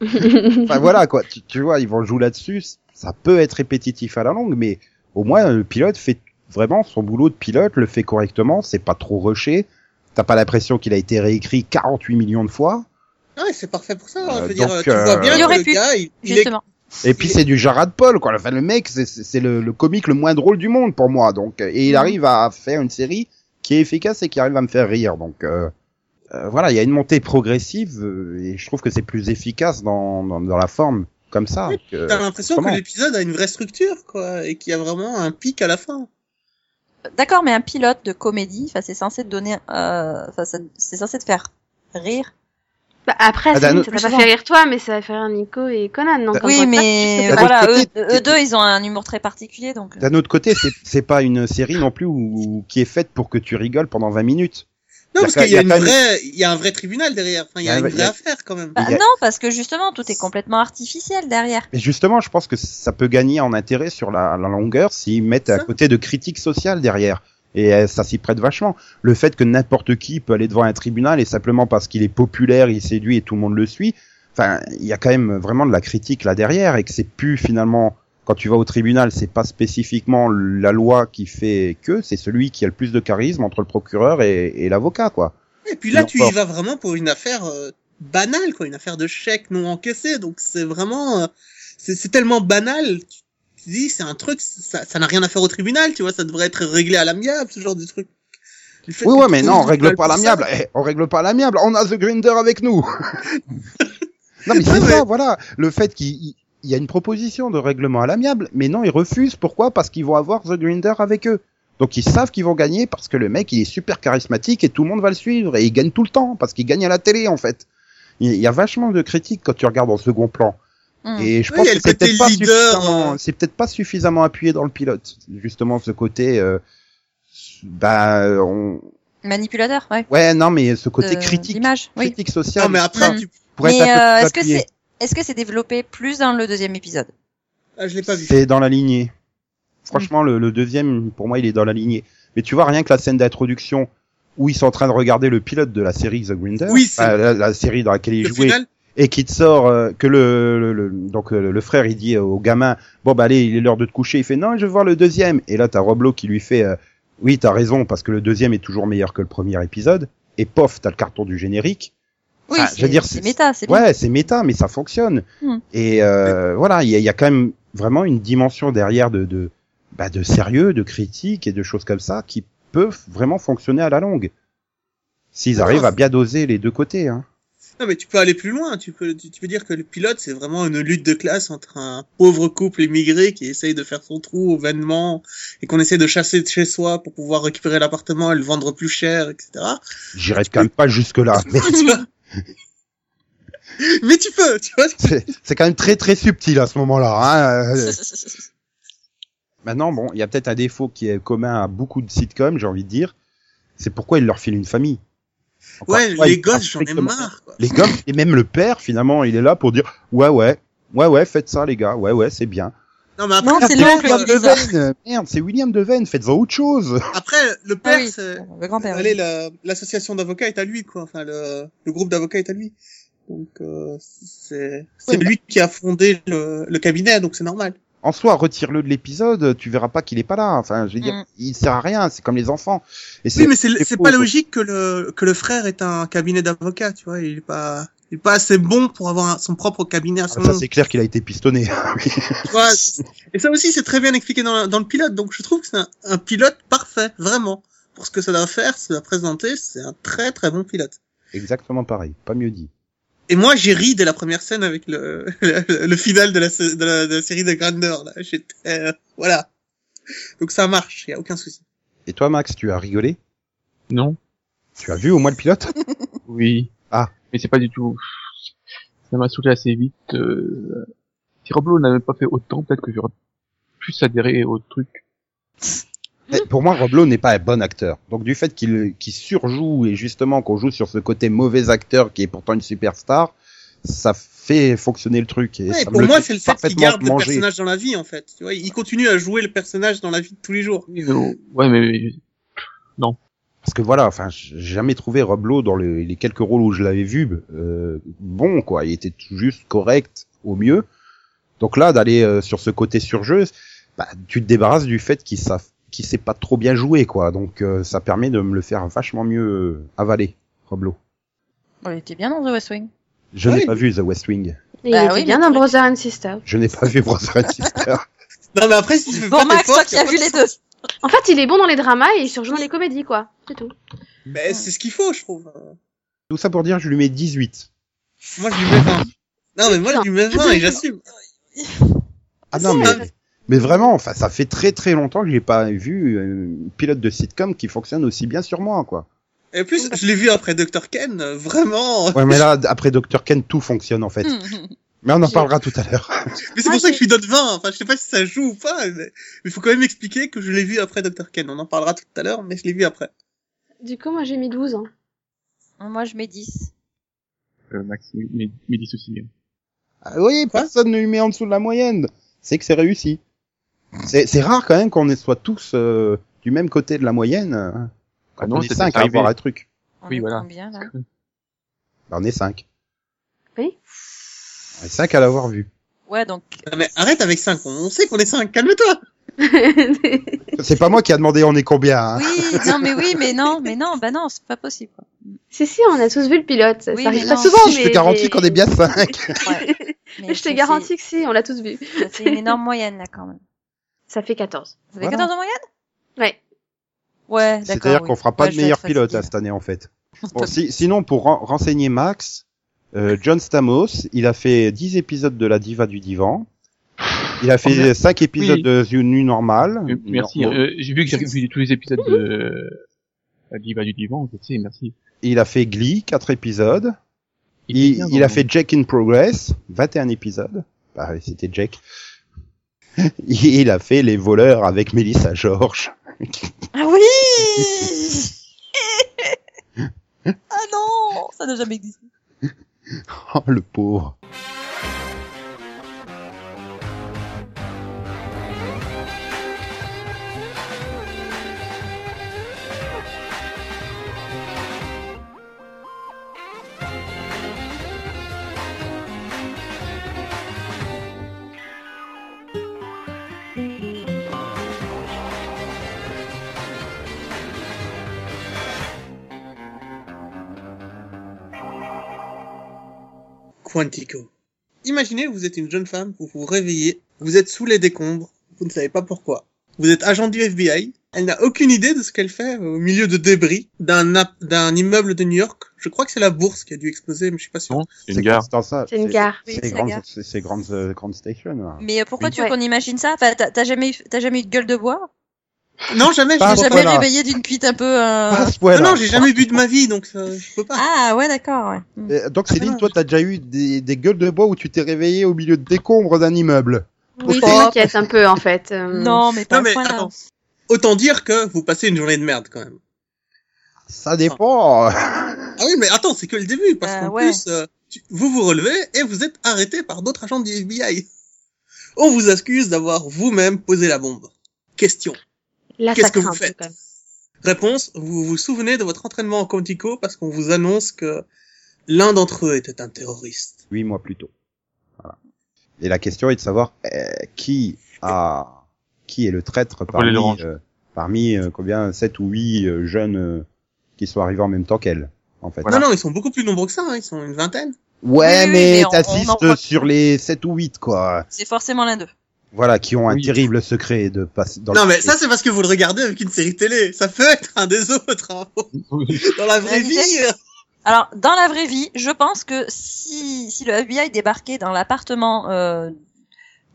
S2: Mhm.
S1: Enfin voilà quoi, tu, tu vois, ils vont jouer là-dessus. Ça peut être répétitif à la longue, mais au moins le pilote fait vraiment son boulot de pilote, le fait correctement, c'est pas trop rushé. T'as pas l'impression qu'il a été réécrit 48 millions de fois.
S3: Ouais, c'est parfait pour ça. hein.
S1: Euh,
S3: je veux dire,
S1: donc,
S3: tu vois
S1: euh,
S3: bien
S2: Il y aurait
S3: que
S2: pu,
S3: le gars, il, il est
S2: Justement.
S1: Et puis c'est du Jarad Paul quoi. Enfin le mec, c'est- c'est c'est le, le comique le moins drôle du monde pour moi. Donc euh, et il
S3: Mm.
S2: Mhm.
S1: arrive à faire une série qui est efficace et qui arrive à me faire rire. Donc euh, euh, voilà, il y a une montée progressive euh, et je trouve que c'est plus efficace dans, dans, dans la forme comme ça.
S3: Oui,
S1: que-
S3: T'as l'impression que
S1: Comment
S3: l'épisode a une vraie structure, quoi, et qu'il y a vraiment un pic à la fin.
S2: D'accord, mais un pilote de comédie, enfin, c'est censé te donner, euh, enfin, ça- c'est censé te faire rire.
S5: Bah, après,
S1: Ah, Bah d'un
S5: Céline,
S1: autre-
S5: ça t'a pas
S1: justement.
S5: fait rire toi, mais ça va faire rire Nico et Conan. Donc, en
S2: Oui,
S5: fait,
S2: mais
S1: D'un autre
S2: Bah, voilà, eux,
S1: côté,
S2: eux deux, ils ont un humour très particulier, donc. euh,
S1: D'un autre côté, c'est- c'est pas une série non plus où- qui est faite pour que tu rigoles pendant 20 minutes.
S3: Non,
S1: Y a
S3: parce
S1: quand-
S3: qu'il y a,
S1: y a
S3: une
S1: quand même-
S3: vraie, il y a un vrai tribunal derrière. Enfin, il y a
S1: Y a-
S3: une
S1: y
S3: vraie
S1: a-
S3: affaire quand même.
S2: Bah,
S1: Il y a-
S2: Non, parce que justement, tout est complètement artificiel derrière.
S1: Mais justement, je pense que ça peut gagner en intérêt sur la, la longueur s'ils mettent à
S3: Ça.
S1: côté de critiques sociales derrière. Et euh, ça s'y prête vachement. Le fait que n'importe qui peut aller devant un tribunal et simplement parce qu'il est populaire, il séduit et tout le monde le suit. Enfin, il y a quand même vraiment de la critique là derrière et que c'est plus finalement quand tu vas au tribunal, c'est pas spécifiquement la loi qui fait que, c'est celui qui a le plus de charisme entre le procureur et, et l'avocat, quoi.
S3: Et puis là,
S1: Non,
S3: tu
S1: pas.
S3: y vas vraiment pour une affaire euh, banale, quoi, une affaire de chèque non encaissé. Donc c'est vraiment, euh, c'est c'est tellement banal. Tu tu dis, c'est un truc, ça ça n'a rien à faire au tribunal, tu vois. Ça devrait être réglé à l'amiable, ce genre de truc. Le fait
S1: Oui,
S3: que
S1: ouais,
S3: tu
S1: mais
S3: trouves
S1: non, on
S3: du
S1: règle
S3: mal
S1: pas
S3: pour ça,
S1: l'amiable. Eh, on règle pas l'amiable. On a The Grinder avec nous. non, mais c'est
S3: Ouais,
S1: ça, voilà. Le fait qu'il il- il y a une proposition de règlement à l'amiable, mais non, ils refusent. Pourquoi Parce qu'ils vont avoir The Grinder avec eux. Donc ils savent qu'ils vont gagner parce que le mec, il est super charismatique et tout le monde va le suivre. Et il gagne tout le temps parce qu'il gagne à la télé, en fait. Il il y a vachement de critiques quand tu regardes en second plan.
S2: Hmm.
S1: Et je
S3: Oui,
S1: pense
S3: il y
S1: que
S3: a le
S1: c'est
S3: côté
S1: peut-être pas,
S3: leader,
S1: suffisamment-
S3: euh.
S1: c'est peut-être pas suffisamment appuyé dans le pilote. Justement, ce côté, euh, bah, on,
S2: Manipulateur, ouais.
S1: Ouais, non, mais ce côté
S2: de-
S1: critique,
S2: D'image, Euh, oui.
S1: critique sociale.
S3: Non, mais après,
S2: Mm.
S3: tu...
S1: pourrait
S2: Mais
S1: être un
S2: euh,
S1: peu
S2: est-ce que
S1: appuyé.
S2: c'est, est-ce que c'est développé plus dans le deuxième épisode
S3: ah, je l'ai pas vu.
S1: C'est dans la lignée.
S2: Mm.
S1: Franchement, le, le deuxième, pour moi, il est dans la lignée. Mais tu vois, rien que la scène d'introduction où ils sont en train de regarder le pilote de la série The Grinder,
S3: Oui, c'est-
S1: bah, la, la série dans laquelle il
S3: Le
S1: jouait,
S3: final,
S1: et qui te sort euh, que le, le, le- donc euh, le frère il dit au gamin bon bah allez il est l'heure de te coucher il fait non je veux voir le deuxième et là t'as Roblo qui lui fait euh, oui t'as raison parce que le deuxième est toujours meilleur que le premier épisode et pof t'as le carton du générique
S2: Oui,
S1: Ah,
S2: c'est,
S1: je veux dire,
S2: c'est
S1: c'est-
S2: méta, c'est bien.
S1: Ouais, c'est méta, mais ça fonctionne.
S2: Hmm.
S1: Et euh, voilà, il y a, il y a quand même vraiment une dimension derrière de, de, bah, de sérieux, de critique et de choses comme ça qui peuvent vraiment fonctionner à la longue. S'ils
S3: D'accord.
S1: arrivent à bien doser les deux côtés. Hein.
S3: Non, mais tu peux aller plus loin. Tu peux, tu, tu peux dire que le pilote, c'est vraiment une lutte de classe entre un pauvre couple immigré qui essaye de faire son trou au vainement et qu'on essaie de chasser de chez soi pour pouvoir récupérer l'appartement et le vendre plus cher, etc.
S1: J'irai quand même pas jusque-là. mais
S3: Tu vois mais tu peux, tu vois.
S1: c'est c'est quand même très très subtil à ce moment-là. Hein. Euh, Maintenant, bon, il y a peut-être un défaut qui est commun à beaucoup de sitcoms, j'ai envie de dire. C'est pourquoi ils leur filent une famille. Encore
S3: Ouais,
S1: une fois,
S3: les
S1: il parle
S3: gosses, j'en ai
S1: strictement-
S3: marre, quoi.
S1: Les gosses, et même le père, finalement, il est là pour dire, ouais, ouais, ouais, ouais, faites ça, les gars, ouais, ouais, c'est bien.
S3: Non, mais après,
S2: Non,
S3: le
S2: c'est
S3: père,
S2: l'oncle,
S3: euh,
S2: qui
S1: William
S2: dit ça.
S1: Devane, euh, merde, c'est William Devane, faites-en autre chose.
S3: Après, le
S2: Ah
S3: père,
S2: oui,
S3: c'est...
S2: le grand-père. oui.
S3: Allez, la- l'association d'avocats est à lui, quoi. Enfin, le, le groupe d'avocats est à lui. Donc, euh, c'est c'est
S1: Ouais,
S3: lui qui a fondé le, le cabinet, donc c'est normal.
S1: En soi, retire-le de l'épisode, tu verras pas qu'il est pas là. Enfin, je veux dire,
S2: Mm.
S1: il sert à rien, c'est comme les enfants. Et
S3: Oui, mais c'est
S1: c'est
S3: c'est
S1: faux,
S3: pas
S1: quoi.
S3: logique que le, que le frère est un cabinet d'avocats, tu vois. Il est pas, il est pas assez bon pour avoir un- son propre cabinet à
S1: Ah,
S3: son
S1: Ça,
S3: nom.
S1: c'est clair qu'il a été pistonné. Oui.
S3: tu vois. Et ça aussi, c'est très bien expliqué dans, la- dans le pilote. Donc, je trouve que c'est un, un pilote parfait, vraiment. Pour ce que ça doit faire, ça doit présenter, c'est un très très bon pilote.
S1: Exactement pareil, pas mieux dit.
S3: Et moi, j'ai ri dès la première scène avec le, le, le final de la, sé- de la, de la série de Grandeur. Là, j'étais, euh, voilà. Donc ça marche, y a aucun souci.
S1: Et toi, Max, tu as rigolé
S4: Non.
S1: Tu as vu au moins le pilote
S4: Oui.
S1: Ah.
S4: Mais c'est pas du tout. Ça m'a saoulé assez vite. Euh... Si Roblo n'avait pas fait autant, peut-être que j'aurais plus adhéré au truc.
S1: Mais Pour moi, Roblo n'est pas un bon acteur. Donc du fait qu'il qu'il surjoue et justement qu'on joue sur ce côté mauvais acteur qui est pourtant une superstar, ça fait fonctionner le truc. Et
S3: Ouais,
S1: ça me
S3: pour
S1: le
S3: moi,
S1: fait
S3: c'est le fait qu'il
S1: parfaitement
S3: garde le
S1: manger.
S3: personnage dans la vie, en fait. Tu vois, il continue à jouer le personnage dans la vie de tous les jours.
S4: Oui, mais bon, Ouais, mais
S1: Parce que voilà, enfin, j'ai jamais trouvé Roblo dans le- les quelques rôles où je l'avais vu euh, bon quoi. Il était tout juste correct au mieux. Donc là, d'aller euh, sur ce côté surjeu, bah, tu te débarrasses du fait qu'il sa- qu'il sait pas trop bien jouer quoi. Donc euh, ça permet de me le faire vachement mieux euh, avaler, Roblo.
S2: Bon, il était bien dans The West Wing.
S1: Je
S3: Oui.
S1: n'ai pas vu The West Wing.
S5: Et
S2: Bah
S5: il était
S2: oui,
S5: bien
S2: mais-
S5: dans Brother and Sister.
S1: Je n'ai pas vu Brother and Sister.
S3: Non, mais après, si tu fais
S2: Bon,
S3: pas tes
S2: Max, toi
S3: forces,
S2: qui
S3: y a
S2: as
S3: pas
S2: vu
S3: de-
S2: les deux.
S5: En fait, il est bon dans les dramas et il surjoue dans les comédies, quoi. C'est tout.
S3: Ben, c'est ce qu'il faut, je trouve. Euh,
S1: Tout ça pour dire, je lui mets 18.
S3: Moi, je lui mets 20. Non, mais moi, je lui mets 20 et j'assume.
S1: Ah non, mais, mais vraiment, enfin, ça fait très très longtemps que j'ai pas vu un pilote de sitcom qui fonctionne aussi bien sur moi, quoi.
S3: Et en plus, je l'ai vu après Dr. Ken, euh, vraiment.
S1: Ouais, mais là, après Dr. Ken, tout fonctionne, en
S2: Hmm.
S1: fait. Mais on en
S5: J'ai-
S1: parlera tout à l'heure.
S3: Mais c'est
S2: Ah,
S5: Moi,
S3: pour ça que
S5: j'ai-
S3: je lui donne 20. Enfin, je sais pas si ça joue ou pas, mais il faut quand même expliquer que je l'ai vu après Dr. Ken. On en parlera tout à l'heure, mais je l'ai vu après.
S5: Du coup, moi, j'ai mis 12 ans.
S2: Moi, je mets 10.
S4: euh, Max, mais, mais, mais hein. dis ceci bien.
S1: Ah oui,
S3: Quoi
S1: personne ne lui met en dessous de la moyenne. C'est que c'est réussi. C'est c'est rare quand même qu'on est- soit tous euh, du même côté de la moyenne. hein. Quand
S4: Ah non,
S1: on est
S4: c'était
S1: 5 à
S4: arrivé.
S1: avoir un truc.
S2: On
S4: Oui,
S2: est
S4: voilà.
S2: combien, là
S1: Bah, on est 5.
S5: Oui.
S1: On est 5 à l'avoir vu.
S2: Ouais, donc,
S3: Non, mais arrête avec 5. On on sait qu'on est 5. Calme-toi.
S1: C'est pas moi qui a demandé on est combien. hein.
S2: oui, non, mais oui, mais non, mais non, bah non, c'est pas possible. quoi.
S5: si, si, on a tous vu le pilote. Ça
S2: Oui,
S5: ça
S2: mais
S5: arrive pas
S2: non.
S5: souvent,
S1: si,
S5: mais...
S1: je te garantis qu'on est bien 5.
S2: Mais
S5: Mais je te garantis que si, on l'a tous vu.
S2: c'est- Ça fait une énorme moyenne, là, quand même.
S5: Ça fait 14.
S2: Vous avez
S1: Voilà.
S2: 14 en moyenne
S5: Ouais.
S2: Ouais, d'accord.
S1: C'est-à-dire
S2: oui.
S1: qu'on fera pas
S2: Ouais,
S1: de
S2: je vais
S1: meilleur
S2: être
S1: pilote là,
S2: facile.
S1: cette année en fait. Bon, si- sinon, pour ren- renseigner Max, euh, John Stamos, il a fait 10 épisodes de La Diva du Divan. Il a fait
S4: merci.
S1: 5 épisodes
S4: Oui.
S1: de The Nu Normal.
S4: Euh, Merci.
S1: Normal.
S4: Euh, j'ai vu que j'avais vu tous les épisodes de La Diva du Divan, je sais, merci.
S1: Il a fait Glee, 4 épisodes. Il,
S4: était bien
S1: il a
S4: dans-
S1: fait Jack in Progress, 21 épisodes. Bah, c'était Jack. Il a fait Les Voleurs avec Melissa George.
S2: Ah oui Ah non Ça n'a jamais existé.
S1: Oh, le pauvre.
S3: Quantico. Imaginez, vous êtes une jeune femme, vous vous réveillez, vous êtes sous les décombres, vous ne savez pas pourquoi. Vous êtes agent du FBI, elle n'a aucune idée de ce qu'elle fait au milieu de débris d'un app- d'un immeuble de New York. Je crois que c'est la bourse qui a dû exploser, mais je suis pas sûr.
S4: Non, c'est une gare.
S1: constant, ça.
S5: C'est une gare.
S2: Oui,
S1: C'est
S2: c'est la
S1: Grand-
S2: gare.
S1: c'est- c'est Grand euh, Grand Station. là.
S2: Mais euh, pourquoi
S1: Oui.
S2: tu veux
S5: Ouais.
S2: qu'on imagine ça Enfin, t'as t'as jamais, eu- t'as jamais eu de gueule de bois
S3: Non, jamais,
S1: Ah,
S2: T'as
S3: je
S1: bon,
S2: jamais
S1: voilà.
S2: réveillé d'une cuite un peu... euh,
S1: Ah, ce point-là.
S3: Non, non, j'ai jamais bu de ma vie, donc euh, je peux pas.
S2: Ah ouais, d'accord, ouais. Mm.
S1: Euh, Donc
S3: Ah
S1: Céline,
S3: non.
S1: toi t'as déjà eu des, des gueules de bois où tu t'es réveillé au milieu de décombres d'un immeuble.
S5: Oui, ça m'inquiète un peu, en fait. Euh,
S2: Non, mais pas
S3: Non, mais
S2: à ce point-là.
S3: attends. Autant dire que vous passez une journée de merde quand même.
S1: Ça dépend.
S3: Ah oui, mais attends, c'est que le début, parce
S2: Euh,
S3: qu'en
S2: ouais.
S3: plus, euh, tu- vous vous relevez et vous êtes arrêté par d'autres agents du FBI. On vous accuse d'avoir vous-même posé la bombe. Question.
S5: Là,
S3: Qu'est-ce
S5: ça
S3: que
S5: craint un
S3: vous
S5: peu
S3: faites
S5: quand même.
S3: Réponse, vous vous souvenez de votre entraînement en Quantico parce qu'on vous annonce que l'un d'entre eux était un terroriste.
S1: huit mois plus tôt. Voilà. Et la question est de savoir euh, qui a qui est le traître
S4: les
S1: parmi
S4: Laurent.
S1: euh, parmi euh, combien sept ou huit euh, jeunes euh, qui sont arrivés en même temps qu'elle en fait.
S4: Voilà.
S3: Non, non, ils sont beaucoup plus nombreux que ça, hein, ils sont une vingtaine.
S1: Ouais,
S2: Oui,
S1: mais
S2: oui, mais on- on en
S1: t'assistes
S2: voit-
S1: sur les sept ou huit quoi.
S2: C'est forcément l'un d'eux.
S1: Voilà, qui ont un
S4: Oui.
S1: terrible secret de passer dans
S3: Non,
S1: le
S3: mais ça, c'est parce que vous le regardez avec une série télé. Ça peut être un des autres. hein. Dans la vraie
S2: La
S3: vie,
S2: vitesse.
S3: euh,
S2: Alors, dans la vraie vie, je pense que si, si le FBI débarquait dans l'appartement euh,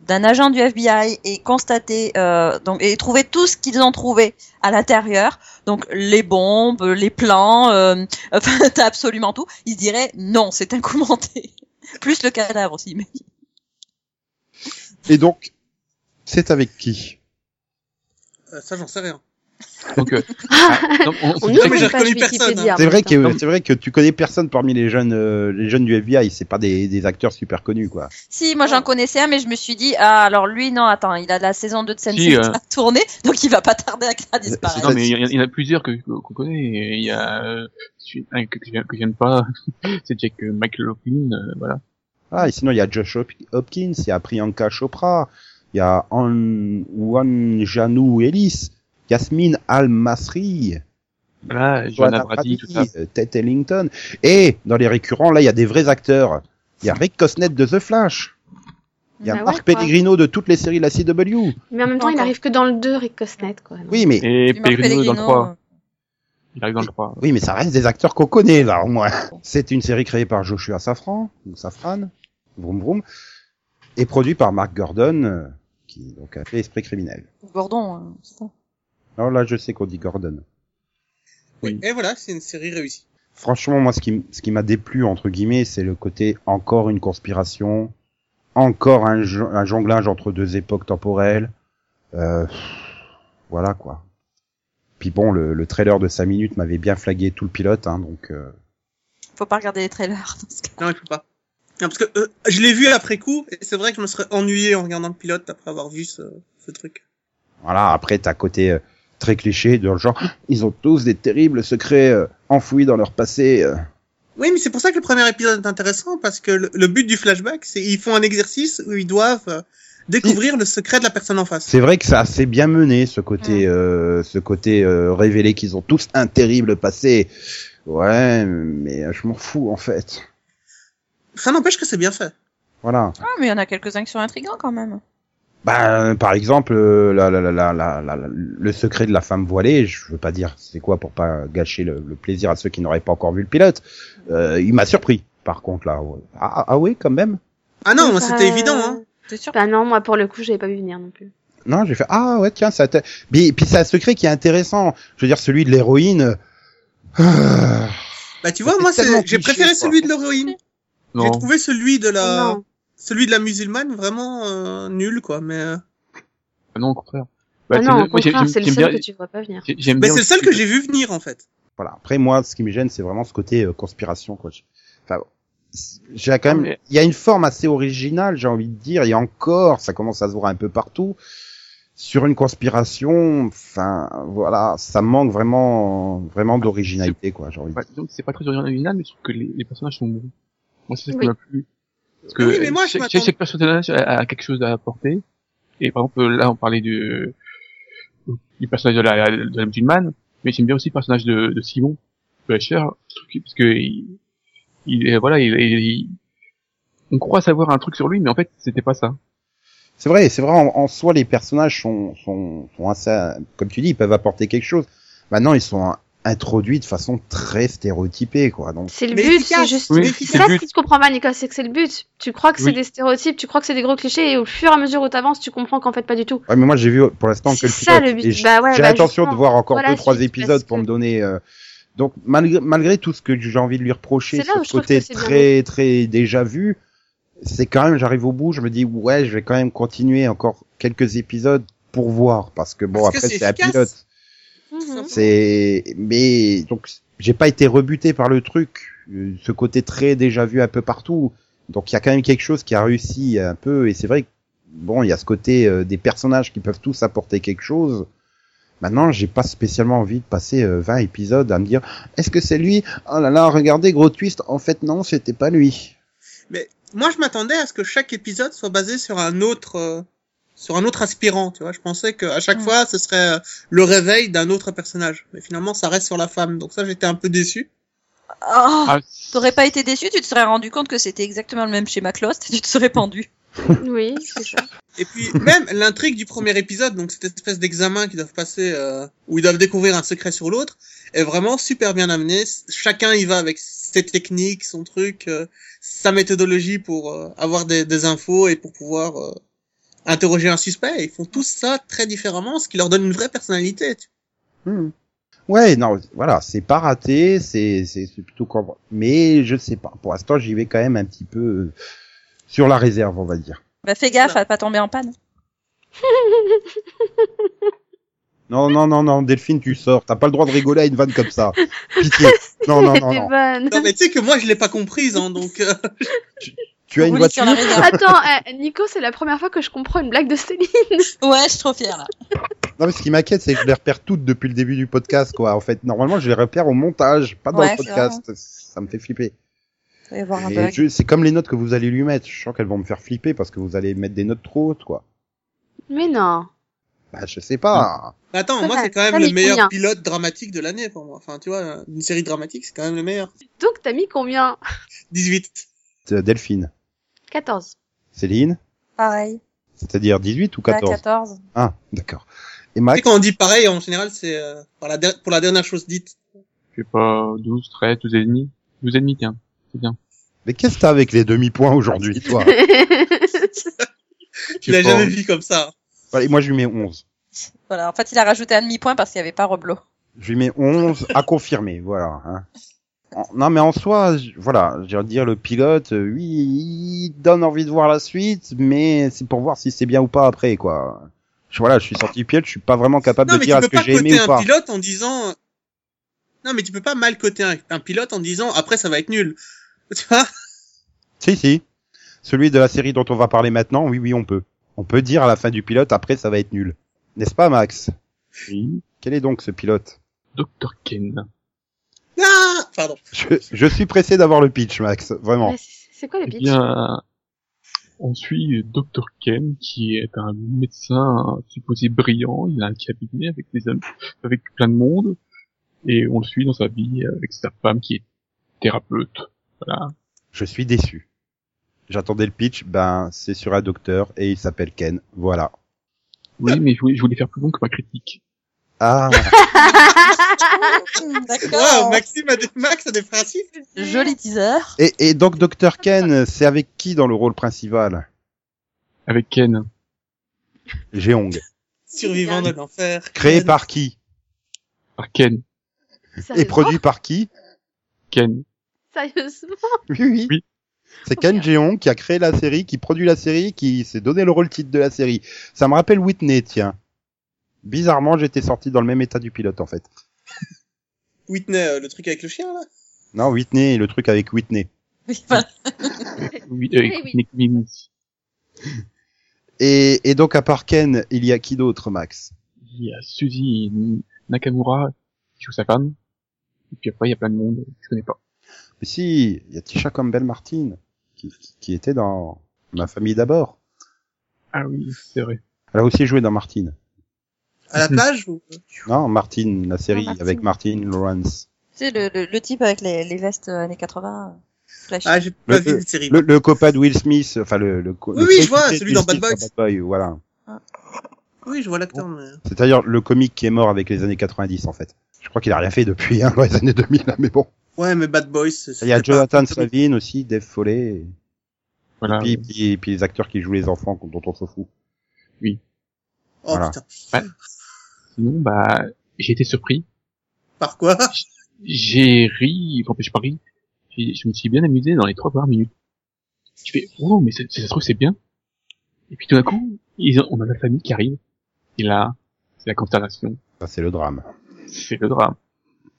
S2: d'un agent du FBI et constatait euh, donc et trouvait tout ce qu'ils ont trouvé à l'intérieur, donc les bombes, les plans, euh, enfin t'as absolument tout, ils se diraient non, c'est un coup monté. Plus le cadavre aussi. Mais...
S1: Et donc c'est avec qui
S3: euh, ça, j'en sais rien.
S4: Donc, euh, donc, on-
S5: On
S4: c'est
S5: ouvre
S4: vrai
S3: mais
S5: une
S3: j'ai
S4: que-
S5: page
S3: reconnu personne,
S5: Wikipédia,
S1: C'est vrai
S5: putain.
S1: que c'est vrai que tu connais personne parmi les jeunes euh, les jeunes du FBI, c'est pas des, des acteurs super connus quoi.
S2: Si, moi j'en connaissais un, mais je me suis dit ah alors lui non attends, il a la saison 2 de Sense8
S4: Si, euh,
S2: à tourner, donc il va pas tarder à, à disparaître.
S4: Non mais il y, en a- il y en a plusieurs que que- qu'on connaît. Il y a euh, celui- un que, que je viens- que je viens de pas. C'est Jack McLaughlin, euh, voilà.
S1: Ah, et sinon, il y a Josh Hop- Hopkins, il y a Priyanka Chopra, il y a An- Wan Janu Ellis, Yasmine Al-Masri,
S4: Voilà,
S1: Joanna
S4: Joanna Brady, tout ça.
S1: Brady, euh, Ted Ellington. Et dans les récurrents, là, il y a des vrais acteurs. Il y a Rick Cosnett de The Flash. Il y a
S5: Bah ouais,
S1: Marc
S5: quoi.
S1: Pellegrino de toutes les séries de la CW.
S5: Mais en même temps, il
S2: Encore.
S5: arrive que dans le 2, Rick Cosnet, quoi. non
S1: Oui, mais,
S4: Et
S2: Du Marc
S4: Pellegrino dans le
S2: Pellegrino,
S4: 3. Il arrive dans le 3.
S1: oui, mais ça reste des acteurs qu'on connaît, là, au moins. C'est une série créée par Joshua Safran, ou Safran, vroom vroom, et produit par Mark Gordon, euh, qui, donc, a fait Esprit criminel.
S2: Gordon. euh, c'est ça.
S1: Alors là, je sais qu'on dit Gordon.
S4: Oui.
S3: Et voilà, c'est une série réussie.
S1: Franchement, moi, ce qui, m- ce qui m'a déplu, entre guillemets, c'est le côté encore une conspiration, encore un, jo- un jonglage entre deux époques temporelles. Euh, voilà, quoi. Puis bon, le, le trailer de 5 minutes m'avait bien flagué tout le pilote, hein, donc... euh,
S2: Faut pas regarder les trailers dans ce cas.
S3: Non, il faut pas. Non, parce que euh, je l'ai vu après coup, et c'est vrai que je me serais ennuyé en regardant le pilote après avoir vu ce, ce truc.
S1: Voilà, après, t'as côté euh, très cliché de genre, ah, ils ont tous des terribles secrets euh, enfouis dans leur passé. euh.
S3: Oui, mais c'est pour ça que le premier épisode est intéressant, parce que le, le but du flashback, c'est ils font un exercice où ils doivent euh, découvrir le secret de la personne en face.
S1: C'est vrai que ça a assez bien mené, ce côté, euh, ce côté euh, révélé qu'ils ont tous un terrible passé. Ouais, mais euh, je m'en fous, en fait.
S3: Ça n'empêche que c'est bien fait.
S1: Voilà.
S2: Ah, mais il y en a quelques-uns qui sont intrigants quand même.
S1: Ben, par exemple, euh, la, la, la, la, la, la- le secret de la femme voilée, je veux pas dire c'est quoi pour pas gâcher le, le plaisir à ceux qui n'auraient pas encore vu le pilote. Euh, il m'a surpris, par contre là. ouais. Ah, ah oui, quand même.
S3: Ah non,
S5: Oui,
S3: moi,
S5: bah,
S3: c'était évident, hein.
S2: C'est sûr.
S5: Bah non, moi, pour le coup, j'avais pas vu venir non plus.
S1: Non, j'ai fait ah ouais tiens ça. t'a- Puis, puis c'est un secret qui est intéressant. Je veux dire celui de l'héroïne. euh,
S3: Bah tu vois,
S1: c'est
S3: moi,
S1: tellement
S3: c'est- j'ai
S1: cliché,
S3: préféré
S1: quoi.
S3: celui de l'héroïne.
S4: Non.
S3: J'ai trouvé celui de la,
S5: Non.
S3: celui de la musulmane vraiment euh, nul, quoi. Mais, euh,
S4: Ah Non, au contraire.
S5: Ah
S4: c'est
S5: non,
S4: le-
S5: au
S4: moi, j'ai-
S5: contraire,
S4: j'aime-
S5: c'est le
S4: j'aime
S5: seul
S4: bien-
S5: que tu vois pas venir.
S4: j'ai- J'aime
S3: mais
S4: bien
S3: Bah, c'est le seul
S4: aussi
S3: que j'ai vu venir, en fait.
S1: Voilà. Après moi, ce qui me gêne, c'est vraiment ce côté euh, conspiration quoi. Je- Enfin, bon. j'ai quand
S4: Non,
S1: même.
S4: mais-
S1: Il y a une forme assez originale, j'ai envie de dire. Et encore, ça commence à se voir un peu partout sur une conspiration. Enfin, voilà, ça manque vraiment, vraiment d'originalité quoi. J'ai envie. de
S4: Ouais,
S1: dire.
S4: donc c'est pas très original, mais je trouve que les, les personnages sont bons. Moi, c'est ça qui
S5: Oui.
S4: m'a plu. Parce que
S3: Oui, mais moi, je
S4: chaque,
S3: m'attends-
S4: chaque personnage a, a quelque chose à apporter. Et par exemple, là, on parlait du, du personnage de la, de la musulmane, mais j'aime bien aussi le personnage de, de Simon, de Asher, je trouve qu'il- parce que il, il est- voilà, il, il- il- on croit savoir un truc sur lui, mais en fait, c'était pas ça.
S1: C'est vrai, c'est vrai. En, en soi, les personnages sont, sont, sont assez, comme tu dis, ils peuvent apporter quelque chose. Maintenant, ils sont introduits de façon très stéréotypée quoi. Donc
S5: C'est le
S3: Mais
S5: but, c'est
S3: efficace.
S5: juste.
S4: Oui,
S5: C'est
S4: c'est le
S5: ça ce
S4: but.
S5: qui te comprend pas, Nicolas, c'est que c'est le but. Tu crois que c'est
S4: Oui.
S5: des stéréotypes, tu crois que c'est des gros clichés, et au fur et à mesure où t'avances, tu comprends qu'en fait pas du tout.
S1: Ouais, mais moi j'ai vu pour l'instant que
S5: C'est
S1: le
S5: ça
S1: pilote.
S5: le but.
S1: et j-
S5: Bah ouais,
S1: j'ai
S5: bah
S1: l'intention de
S5: justement,
S1: voir encore
S5: voilà
S1: deux
S5: la
S1: trois
S5: suite,
S1: épisodes
S5: parce
S1: pour
S5: que-
S1: me donner. euh, Donc malgré, malgré tout ce que j'ai envie de lui reprocher,
S5: C'est là
S1: sur
S5: où
S1: ce
S5: je trouve
S1: côté
S5: que c'est bien
S1: très très déjà vu, c'est quand même j'arrive au bout, je me dis ouais, je vais quand même continuer encore quelques épisodes pour voir parce que bon
S3: Parce que
S1: après
S3: c'est
S1: c'est un
S3: efficace.
S1: pilote,
S5: Mhm.
S1: c'est mais donc j'ai pas été rebuté par le truc, euh, ce côté très déjà vu un peu partout. Donc il y a quand même quelque chose qui a réussi un peu, et c'est vrai que bon, il y a ce côté euh, des personnages qui peuvent tous apporter quelque chose. Maintenant, j'ai pas spécialement envie de passer euh, 20 épisodes à me dire est-ce que c'est lui Oh là là, regardez gros twist. En fait, non, c'était pas lui.
S3: Moi, je m'attendais à ce que chaque épisode soit basé sur un autre, euh, sur un autre aspirant, tu vois. Je pensais que à chaque
S2: Mm.
S3: fois, ce serait euh, le réveil d'un autre personnage. Mais finalement, ça reste sur la femme. Donc ça, j'étais un peu déçu.
S2: Oh,
S4: Ah,
S2: T'aurais pas été déçu, tu te serais rendu compte que c'était exactement le même schéma que Lost, et tu te serais pendu.
S5: Oui, c'est ça.
S3: Et puis, même l'intrigue du premier épisode, donc cette espèce d'examen qu'ils doivent passer, euh, où ils doivent découvrir un secret sur l'autre, est vraiment super bien amené. Chacun y va avec ses techniques, son truc, euh, sa méthodologie pour euh, avoir des, des infos et pour pouvoir euh, interroger un suspect. Et ils font tous ça très différemment, ce qui leur donne une vraie personnalité. tu
S1: Hmm. Ouais, non, voilà, c'est pas raté, c'est c'est c'est plutôt correct. Mais je sais pas. Pour l'instant, j'y vais quand même un petit peu euh, sur la réserve, on va dire.
S2: Bah fais gaffe
S3: Voilà.
S2: à pas tomber en panne.
S1: Non, non, non, non, Delphine, tu sors. T'as pas le droit de rigoler à une vanne comme ça. Pitié. Non, non, non,
S5: Elle est
S1: non.
S5: bonne.
S3: Non, mais tu sais que moi, je l'ai pas comprise, hein, donc. euh,
S1: Tu as une
S2: Roule
S1: voiture.
S2: sur la réserve.
S5: Attends, eh, Nico, c'est la première fois que je comprends une blague de Céline.
S2: Ouais, je suis trop fière là.
S1: Non, mais ce qui m'inquiète, c'est que je les repère toutes depuis le début du podcast, quoi. En fait, normalement, je les repère au montage, pas dans
S2: Ouais,
S1: le
S2: c'est
S1: podcast. Ça me fait flipper.
S2: Il va y avoir un
S1: Et
S2: bug.
S1: je- C'est comme les notes que vous allez lui mettre. Je sens qu'elles vont me faire flipper parce que vous allez mettre des notes trop hautes, quoi.
S5: Mais non.
S1: Bah, je sais pas.
S3: Attends,
S5: Ça,
S3: moi,
S5: ça-
S3: c'est quand même
S5: ça,
S3: le
S5: mais
S3: meilleur
S5: combien
S3: pilote dramatique de l'année pour moi. Enfin, tu vois, une série dramatique, c'est quand même le meilleur.
S5: Donc, t'as mis combien
S3: 18.
S1: Euh, Delphine,
S5: 14.
S1: Céline,
S2: Pareil.
S1: c'est-à-dire 18 ou
S2: Ouais,
S1: 14
S2: 14.
S1: Ah, d'accord. Et
S3: Tu sais,
S1: Max,
S3: quand on dit pareil, en général, c'est euh, pour, la der- pour la dernière chose dite.
S4: je sais pas, 12, 13, 12 et demi. 12 et demi, tiens. C'est bien.
S1: mais qu'est-ce que t'as avec les demi-points aujourd'hui, toi
S3: Tu
S4: Je
S3: l'as
S4: sais pas.
S3: jamais vu comme ça.
S1: Voilà, et Moi, je lui mets 11.
S2: Voilà, en fait, il a rajouté un demi-point parce qu'il n'y avait pas Roblo.
S1: Je lui mets 11 à confirmer, voilà. hein. En- Non, mais en soi, je- voilà, je veux dire, le pilote, euh, oui, il donne envie de voir la suite, mais c'est pour voir si c'est bien ou pas après, quoi. Je, voilà, je suis sorti du pilote, je suis pas vraiment capable
S3: Non,
S1: de
S3: mais
S1: dire
S3: tu
S1: est-ce
S3: peux
S1: que
S3: pas
S1: j'ai aimé
S3: coter
S1: ou
S3: un
S1: pas.
S3: pilote en disant. euh, Non, mais tu peux pas mal coter un, un pilote en disant après ça va être nul. Tu vois
S1: Si, si. Celui de la série dont on va parler maintenant, oui, oui, on peut. On peut dire à la fin du pilote, après, ça va être nul. N'est-ce pas, Max
S4: Oui.
S1: Quel est donc ce pilote
S4: Dr. Ken.
S3: Ah Pardon.
S1: je, je suis pressé d'avoir le pitch, Max, vraiment.
S5: Mais c'est c'est quoi le
S4: Eh
S5: pitch
S4: bien, on suit Dr. Ken, qui est un médecin supposé brillant. Il a un cabinet avec des hommes, avec plein de monde. Et on le suit dans sa vie avec sa femme qui est thérapeute. Voilà.
S1: Je suis déçu. J'attendais le pitch, ben c'est sur un docteur et il s'appelle Ken. Voilà.
S4: Oui, mais je voulais, je voulais faire plus long que ma critique.
S1: Ah,
S3: Waouh,
S2: Ah, D'accord.
S3: Maxime a des, Max a des principes.
S2: Joli teaser.
S1: et, et donc docteur Ken, c'est avec qui dans le rôle principal
S4: Avec Ken.
S1: Jeong.
S3: Survivant de l'enfer.
S1: Créé par qui
S4: Par Ken.
S1: Et
S5: Sérieusement
S1: produit par qui
S4: Ken.
S5: Sérieusement
S1: Oui, oui.
S4: Oui.
S1: C'est Ken Jeong qui a créé la série, qui produit la série, qui s'est donné le rôle titre de la série. Ça me rappelle Whitney, tiens. Bizarrement, j'étais sorti dans le même état du pilote en fait.
S3: Whitney, euh, le truc avec le chien, là.
S1: Non, Whitney, le truc avec Whitney.
S2: Oui, voilà.
S4: Oui, euh,
S5: Oui, oui.
S4: Nick Mimi.
S1: Et, et donc à part Ken, il y a qui d'autre, Max
S4: Il y a Suzy Nakamura qui joue sa femme. Et puis après, il y a plein de monde que je connais pas.
S1: Mais si, il y a Tisha Campbell Martin qui, qui- qui était dans Ma famille d'abord.
S4: Ah oui, c'est vrai.
S1: Elle a aussi joué dans Martine.
S3: À la
S4: Mhm.
S3: plage ou...
S1: Non, Martine, la série
S2: Ah, Martine.
S1: avec Martin Lawrence.
S2: Tu sais, le, le, le type avec les, les vestes euh, années 80. euh, Flash.
S3: Ah, j'ai pas
S1: Le-
S3: vu cette série.
S1: Le, le copain de Will Smith, enfin le, le, co-
S3: Oui,
S1: le
S3: oui, je vois,
S1: coéquipier de
S3: celui
S1: Will
S3: dans Bad
S1: Smith
S3: Boys.
S1: Boys, voilà.
S3: Oui, je vois
S1: Oh.
S3: l'acteur, mais...
S1: C'est-à-dire le comique qui est mort avec les années 90 en fait. Je crois qu'il a rien fait depuis hein, dans les années 2000, là, mais bon.
S3: Ouais, mais Bad Boys. c'est-
S1: Il y a
S3: c'était
S1: Jonathan
S3: pas-
S1: Savine aussi, Dave Foley,
S4: Voilà.
S1: et puis, puis- puis les acteurs qui jouent les enfants dont on se fout.
S3: Oh
S1: Voilà.
S3: putain.
S4: Sinon, bah, j'ai été surpris.
S3: Par quoi
S4: J'ai ri, enfin, j'ai pas ri. J'ai- Je me suis bien amusé dans les trois premières minutes. Je fais, oh, mais c'est- ça se trouve, c'est bien. Et puis tout d'un coup, ils ont- on a la famille qui arrive. Et là, c'est la constellation.
S1: Ça c'est le drame.
S4: C'est le drame.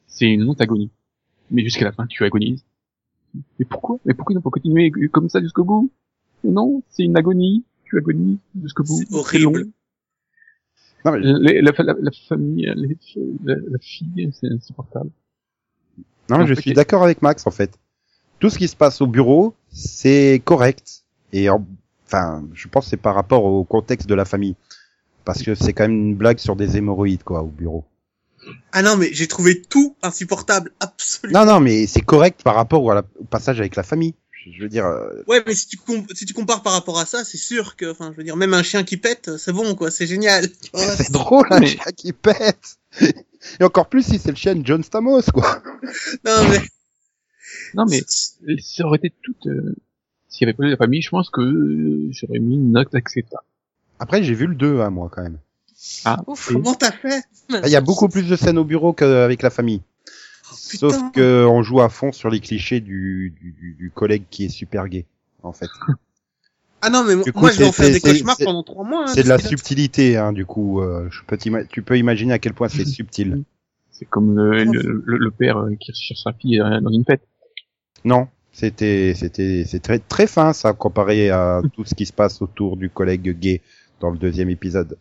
S4: C'est une antagonie. mais jusqu'à la fin, tu agonises. Mais pourquoi Mais pourquoi ils n'ont pas continué comme ça jusqu'au bout Mais Non, c'est une agonie. Tu agonies jusqu'au bout.
S3: C'est
S4: C'est long.
S3: horrible.
S1: Non, mais,
S4: Les- La, la- la famille, les- la, la fille, c'est insupportable.
S1: non, mais je
S4: Ok.
S1: suis d'accord avec Max en fait. Tout ce qui se passe au bureau, c'est correct. Et en- enfin, je pense que c'est par rapport au contexte de la famille, parce que c'est quand même une blague sur des hémorroïdes quoi au bureau.
S3: Ah non, mais j'ai trouvé tout insupportable, absolument.
S1: Non, non, mais c'est correct par rapport au, à la- au passage avec la famille. Je je veux dire, euh,
S3: Ouais, mais si tu, com- si tu compares par rapport à ça, c'est sûr que, enfin, je veux dire, même un chien qui pète, c'est bon, quoi, c'est génial. Tu vois,
S1: c'est drôle, un
S4: mais-
S1: chien qui pète. Et encore plus si c'est le chien de John Stamos, quoi.
S3: non, mais,
S4: Non, mais ça aurait été tout. euh, S'il y avait pas eu la famille, je pense que euh, j'aurais mis une note acceptable.
S1: Après, j'ai vu le 2, hein, moi, quand même.
S4: Ah,
S2: Ouf.
S4: et-
S3: comment t'as fait
S1: Là, Ah, Il y a beaucoup plus de scènes au bureau qu'avec la famille.
S3: Oh,
S1: Sauf
S3: putain.
S1: que on joue à fond sur les clichés du, du, du- du collègue qui est super gay, en fait.
S3: Ah non, mais moi,
S1: Du coup,
S3: moi, je vais en
S1: c'est-
S3: faire des
S1: c'est-
S3: cauchemars
S1: c'est-
S3: pendant trois mois. hein,
S1: C'est de la
S3: parce que là-
S1: subtilité, hein, du coup. euh, je peux t'ima- tu peux imaginer à quel point c'est subtil.
S4: c'est comme le, le, le- le père euh, qui recherche sa fille euh, dans une fête.
S1: Non, c'était c'était c'est très très fin ça comparé à tout ce qui se passe autour du collègue gay dans le deuxième épisode.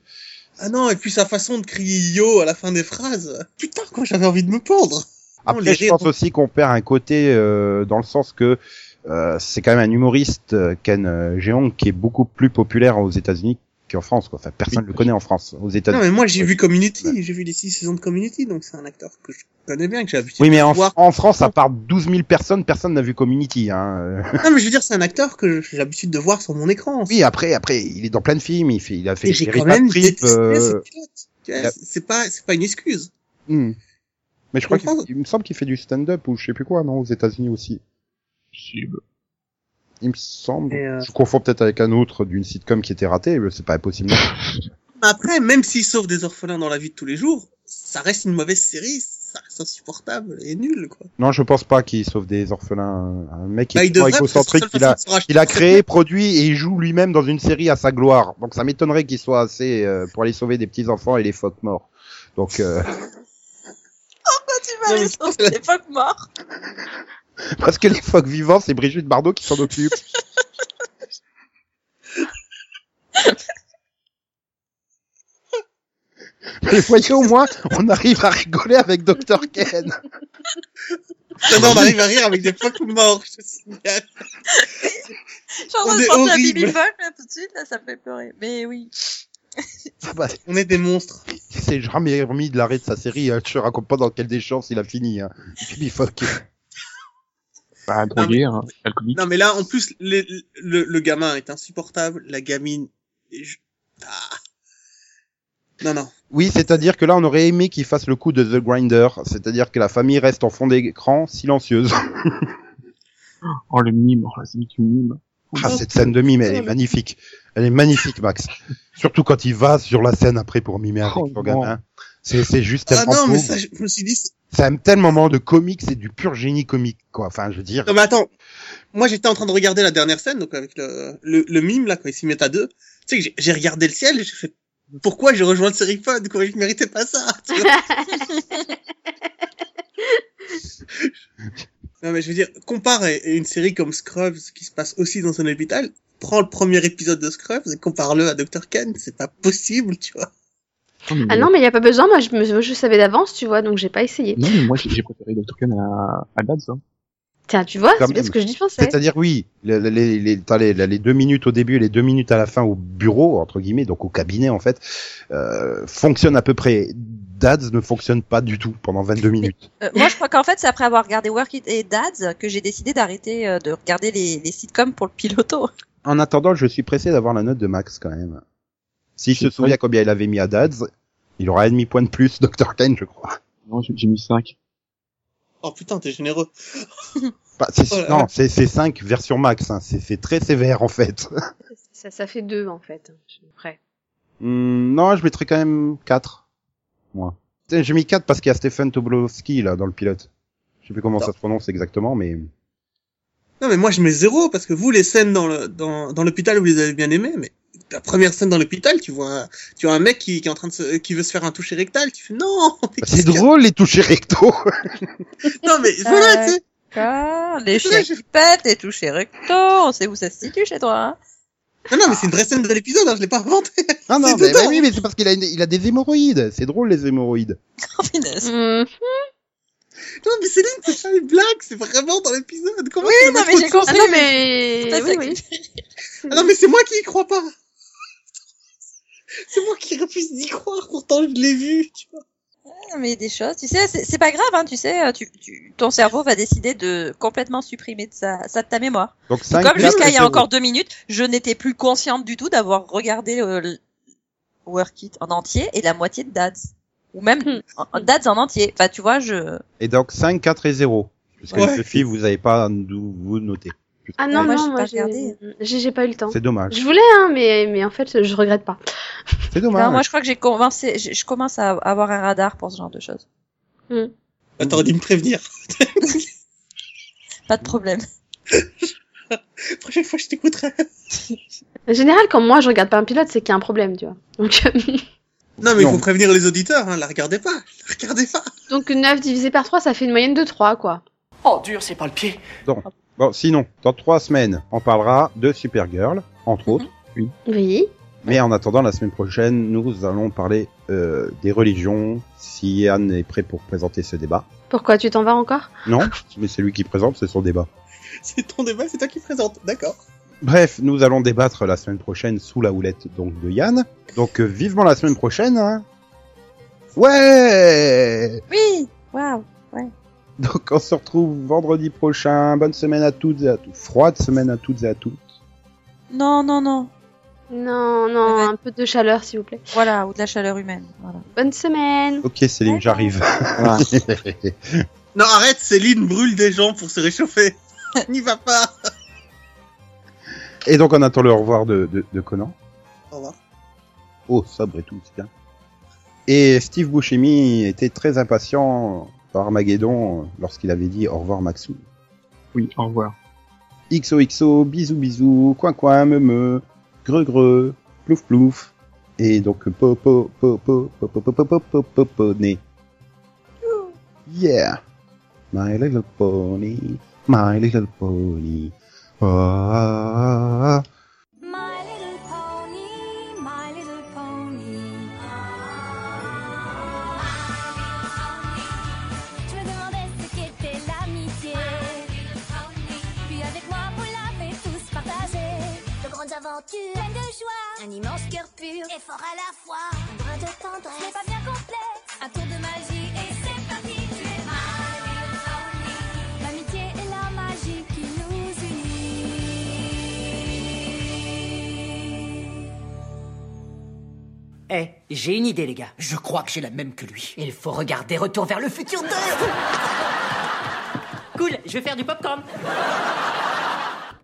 S3: Ah non, et puis sa façon de crier yo à la fin des phrases. Putain, quoi, j'avais envie de me pendre. Non,
S1: Après,
S3: les
S1: je pense
S3: rires-
S1: aussi qu'on perd un côté euh, dans le sens que euh, c'est quand même un humoriste euh, Ken euh, Jeong qui est beaucoup plus populaire aux États-Unis qu'en France. Quoi. Enfin, personne ne le connaît en France. Aux
S3: Non,
S1: États-Unis.
S3: mais moi, j'ai vu
S1: Ouais.
S3: Community, j'ai vu les six saisons de Community, donc c'est un acteur que je connais bien, que j'ai l'habitude
S1: Oui, mais
S3: de
S1: en,
S3: voir.
S1: en France, à part 12 000 personnes, personne n'a vu Community. Hein. Euh,
S3: Non, mais je veux dire, c'est un acteur que j'ai l'habitude de voir sur mon écran.
S1: Oui, après, après, il est dans plein de films. Il, fait, il a fait
S3: et j'ai
S1: Jerry
S3: quand même
S1: Patrick,
S3: détesté
S1: euh,
S3: ce pilote. Tu vois,
S1: il a-
S3: c'est- C'est pas, c'est pas une excuse.
S1: hmm. Mais je crois qu'il
S3: comprends.
S1: il me semble qu'il fait du stand-up ou je sais plus quoi, non, aux États-Unis aussi.
S4: Si, bah,
S1: Il me semble.
S3: Et, euh,
S1: Je confonds peut-être avec un autre d'une sitcom qui était ratée. mais C'est pas impossible. non plus.
S3: Après, même s'il sauve des orphelins dans la vie de tous les jours, ça reste une mauvaise série, ça reste insupportable et nul, quoi.
S1: Non, je pense pas qu'il sauve des orphelins. Un mec qui
S3: Bah,
S1: est
S3: il devrait,
S1: tellement
S3: parce que c'est la
S1: égocentrique
S3: seule
S1: qu'il a,
S3: façon de se racheter
S1: il a
S3: de
S1: créé, produit et il joue lui-même dans une série à sa gloire. Donc ça m'étonnerait qu'il soit assez euh, pour aller sauver des petits enfants et les phoques morts. Donc euh,
S2: tu vas aller sauver les phoques morts.
S1: parce que les phoques vivants, c'est Brigitte Bardot qui s'en occupe. Mais voyez au moins, on arrive à rigoler avec Dr Ken.
S3: sa- Non, on arrive à rire avec des fuck morts, je te signale.
S2: Je suis en
S3: On
S2: train de
S3: est
S2: penser à
S3: horrible.
S2: Billy Folk, là, tout de suite, là, ça me fait pleurer. Mais oui.
S1: Ah bah,
S3: On est des monstres.
S1: il s'est jamais remis de l'arrêt de sa série. Hein. Je te raconte pas dans quelle déchéance il a fini. Hein. Billy Fogg.
S4: bah, droguère, alcoolique.
S3: Non, mais là, en plus, les- le, le, gamin est insupportable, la gamine, et je- Ah. Non, non.
S1: Oui, c'est-à-dire que là, on aurait aimé qu'il fasse le coup de The Grinder, c'est-à-dire que la famille reste en fond d'écran, silencieuse.
S4: Oh, le mime, oh, c'est du mime. Oh,
S1: Ah, cette scène de mime, elle est magnifique. Elle est magnifique, Max. Surtout quand il va sur la scène après pour mimer avec
S4: Oh,
S1: son
S4: non.
S1: gamin. C'est c'est juste
S3: Ah
S1: tellement
S3: non, mais
S1: beau.
S3: ça, je je me suis dit, c'est-
S1: C'est un tel moment de comique, c'est du pur génie comique, quoi. Enfin, je veux dire.
S3: non, mais attends. Moi, j'étais en train de regarder la dernière scène, donc avec le, le, le mime, là, quand ils s'y mettent à deux. Tu sais que j'ai- j'ai regardé le ciel et j'ai fait, pourquoi j'ai rejoint le série pod, quoi, je méritais pas ça, tu vois. Non, mais je veux dire, compare à- à une série comme Scrubs qui se passe aussi dans un hôpital. Prends le premier épisode de Scrubs et compare-le à Dr. Ken. C'est pas possible, tu vois.
S5: Ah non, mais il n'y a pas besoin, moi je, me- moi, je savais d'avance, tu vois, donc j'ai pas essayé.
S4: Non, mais moi, j'ai j'ai préféré Dr. Ken à, à Dads, hein.
S5: Tiens, tu vois,
S1: Quand
S5: c'est bien
S1: même.
S5: ce que je dispensais.
S1: C'est-à-dire, oui, les, les, les, t'as les- les deux minutes au début et les deux minutes à la fin au bureau, entre guillemets, donc au cabinet, en fait, euh, fonctionnent à peu près. Dads ne fonctionne pas du tout pendant 22 minutes.
S2: Euh, moi, je crois qu'en fait, c'est après avoir regardé Work It et Dads que j'ai décidé d'arrêter euh, de regarder les, les sitcoms pour le piloto.
S1: En attendant, je suis pressé d'avoir la note de Max quand même. Si je se souviens combien il avait mis à Dads, il aura un demi point de plus, Dr. Ken, je crois.
S4: Non, j'ai j'ai mis 5.
S3: Oh putain, t'es généreux.
S1: Pas- c'est-
S3: Oh là
S1: non,
S3: là.
S1: c'est 5 version Max, hein. c'est c'est très sévère en fait.
S5: Ça, ça fait deux en fait. Après.
S1: Hum, non, je mettrais quand même 4. Moi. Tiens, J'ai mis 4 parce qu'il y a Stephen Tobolowski là dans le pilote. Je sais plus comment
S3: Non.
S1: ça se prononce exactement, mais
S3: Non, mais moi, je mets zéro parce que vous, les scènes dans le, dans, dans l'hôpital, vous les avez bien aimées, mais la première scène dans l'hôpital, tu vois, tu vois un mec qui, qui est en train de se, qui veut se faire un toucher rectal, tu fais non. mais
S1: C'est
S3: qu'est-ce qu'il y a
S1: drôle les touchés rectaux.
S3: Non mais
S2: Euh.
S3: voilà, tu sais.
S2: D'accord, Ah, les chiens qui pètent et toucher recto, on sait où ça se situe chez toi. hein.
S3: Non non, mais c'est une vraie scène de l'épisode, hein, je l'ai pas inventé.
S1: Ah non,
S3: C'est
S1: mais,
S3: dedans.
S1: bah oui, mais c'est parce qu'il a, une- il a des hémorroïdes. C'est drôle les hémorroïdes.
S2: Oh, punaise.
S5: Hmm.
S3: Non mais Céline, c'est pas une blague, c'est vraiment dans l'épisode. Comment
S2: Oui,
S3: tu veux
S2: non,
S3: mettre
S2: mais j'ai
S3: autre chose
S5: Ah non, mais.
S2: Pas
S5: Oui,
S2: ça
S5: oui.
S3: Ah non mais c'est moi qui y crois pas. C'est moi qui refuse d'y croire, pourtant je l'ai vu. tu vois.
S2: mais des choses, tu sais, c'est c'est pas grave, hein, tu sais, euh, tu, tu- ton cerveau va décider de complètement supprimer de sa, ça de ta mémoire.
S1: Donc 5
S2: Comme jusqu'à il y a encore deux minutes, je n'étais plus consciente du tout d'avoir regardé euh, le Work It en entier et la moitié de Dads. Ou même en- en- Dads en entier. Enfin, tu vois, je...
S1: Et donc 5, 4 et 0. Parce que
S3: Ouais.
S1: ce film, vous n'avez pas d'où vous noter.
S5: Ah non,
S2: Moi, j'ai
S5: non,
S2: pas
S5: moi, j'ai
S2: regardé.
S5: j'ai- j'ai pas eu le temps.
S1: C'est dommage.
S5: Je voulais, hein, mais, mais en fait, je regrette pas.
S1: C'est
S2: Enfin, moi,
S1: dommage.
S2: je crois que j'ai commencé, je, je commence à avoir un radar pour ce genre de choses.
S3: Attends, dit me prévenir.
S2: Pas de problème.
S3: La prochaine fois je t'écouterai.
S5: En général, quand moi je regarde pas un pilote, c'est qu'il y a un problème, tu vois. Donc,
S3: Non mais il
S1: Non.
S3: faut prévenir les auditeurs, hein, la regardez pas, la regardez pas.
S5: donc 9 divisé par 3, ça fait une moyenne de 3, quoi.
S6: Oh, dur, c'est pas le pied.
S1: Bon, sinon, dans 3 semaines, on parlera de Supergirl, entre autres.
S5: Oui.
S1: Mais en attendant, la semaine prochaine, nous allons parler euh, des religions. Si Anne est prêt pour présenter ce débat.
S5: Pourquoi tu t'en vas encore
S1: Non, mais c'est lui qui présente, c'est son débat.
S3: C'est ton débat, c'est toi qui présente, d'accord.
S1: Bref, nous allons débattre la semaine prochaine sous la houlette donc de Yann. Donc euh, vivement la semaine prochaine. Hein. Ouais.
S2: Oui! Waouh!
S1: Donc on se retrouve vendredi prochain. Bonne semaine à toutes et à tous. Froide semaine à toutes et à tous.
S2: Non, non, non.
S5: Non, non,
S2: Ouais.
S5: un peu de chaleur, s'il vous plaît.
S2: Voilà, ou de la chaleur humaine. Voilà.
S5: Bonne semaine.
S1: Ok Céline, j'arrive.
S3: Non arrête, Céline brûle des gens pour se réchauffer. N'y va pas.
S1: et donc on attend le au revoir de, de, de Conan.
S3: Au revoir.
S1: Oh sobre et tout, c'est bien. Et Steve Buscemi était très impatient par Armageddon lorsqu'il avait dit au revoir Maxou.
S4: Oui, au revoir.
S1: XOXO, bisous bisous, coin coin, me me, greu greu, plouf plouf, et donc po po po po po po po po po po po poney. Yeah, my little pony, my little pony. Ah.
S6: My little pony, my little pony. Je me demandais ce qu'était l'amitié. Puis avec moi, vous l'avez tous partagé.
S7: de grandes aventures, pleines de joie, un immense cœur pur et fort à la fois, un brin de
S6: Ce n'est
S7: tendresse.
S6: pas bien complet. Un tour de magie et c'est parti. Tu es ma little pony. L'amitié et la magie qui nous unit.
S8: Eh, j'ai une idée, les gars. Je crois que j'ai la même que lui. Il faut regarder Retour vers le futur 2 Cool, je vais faire du popcorn.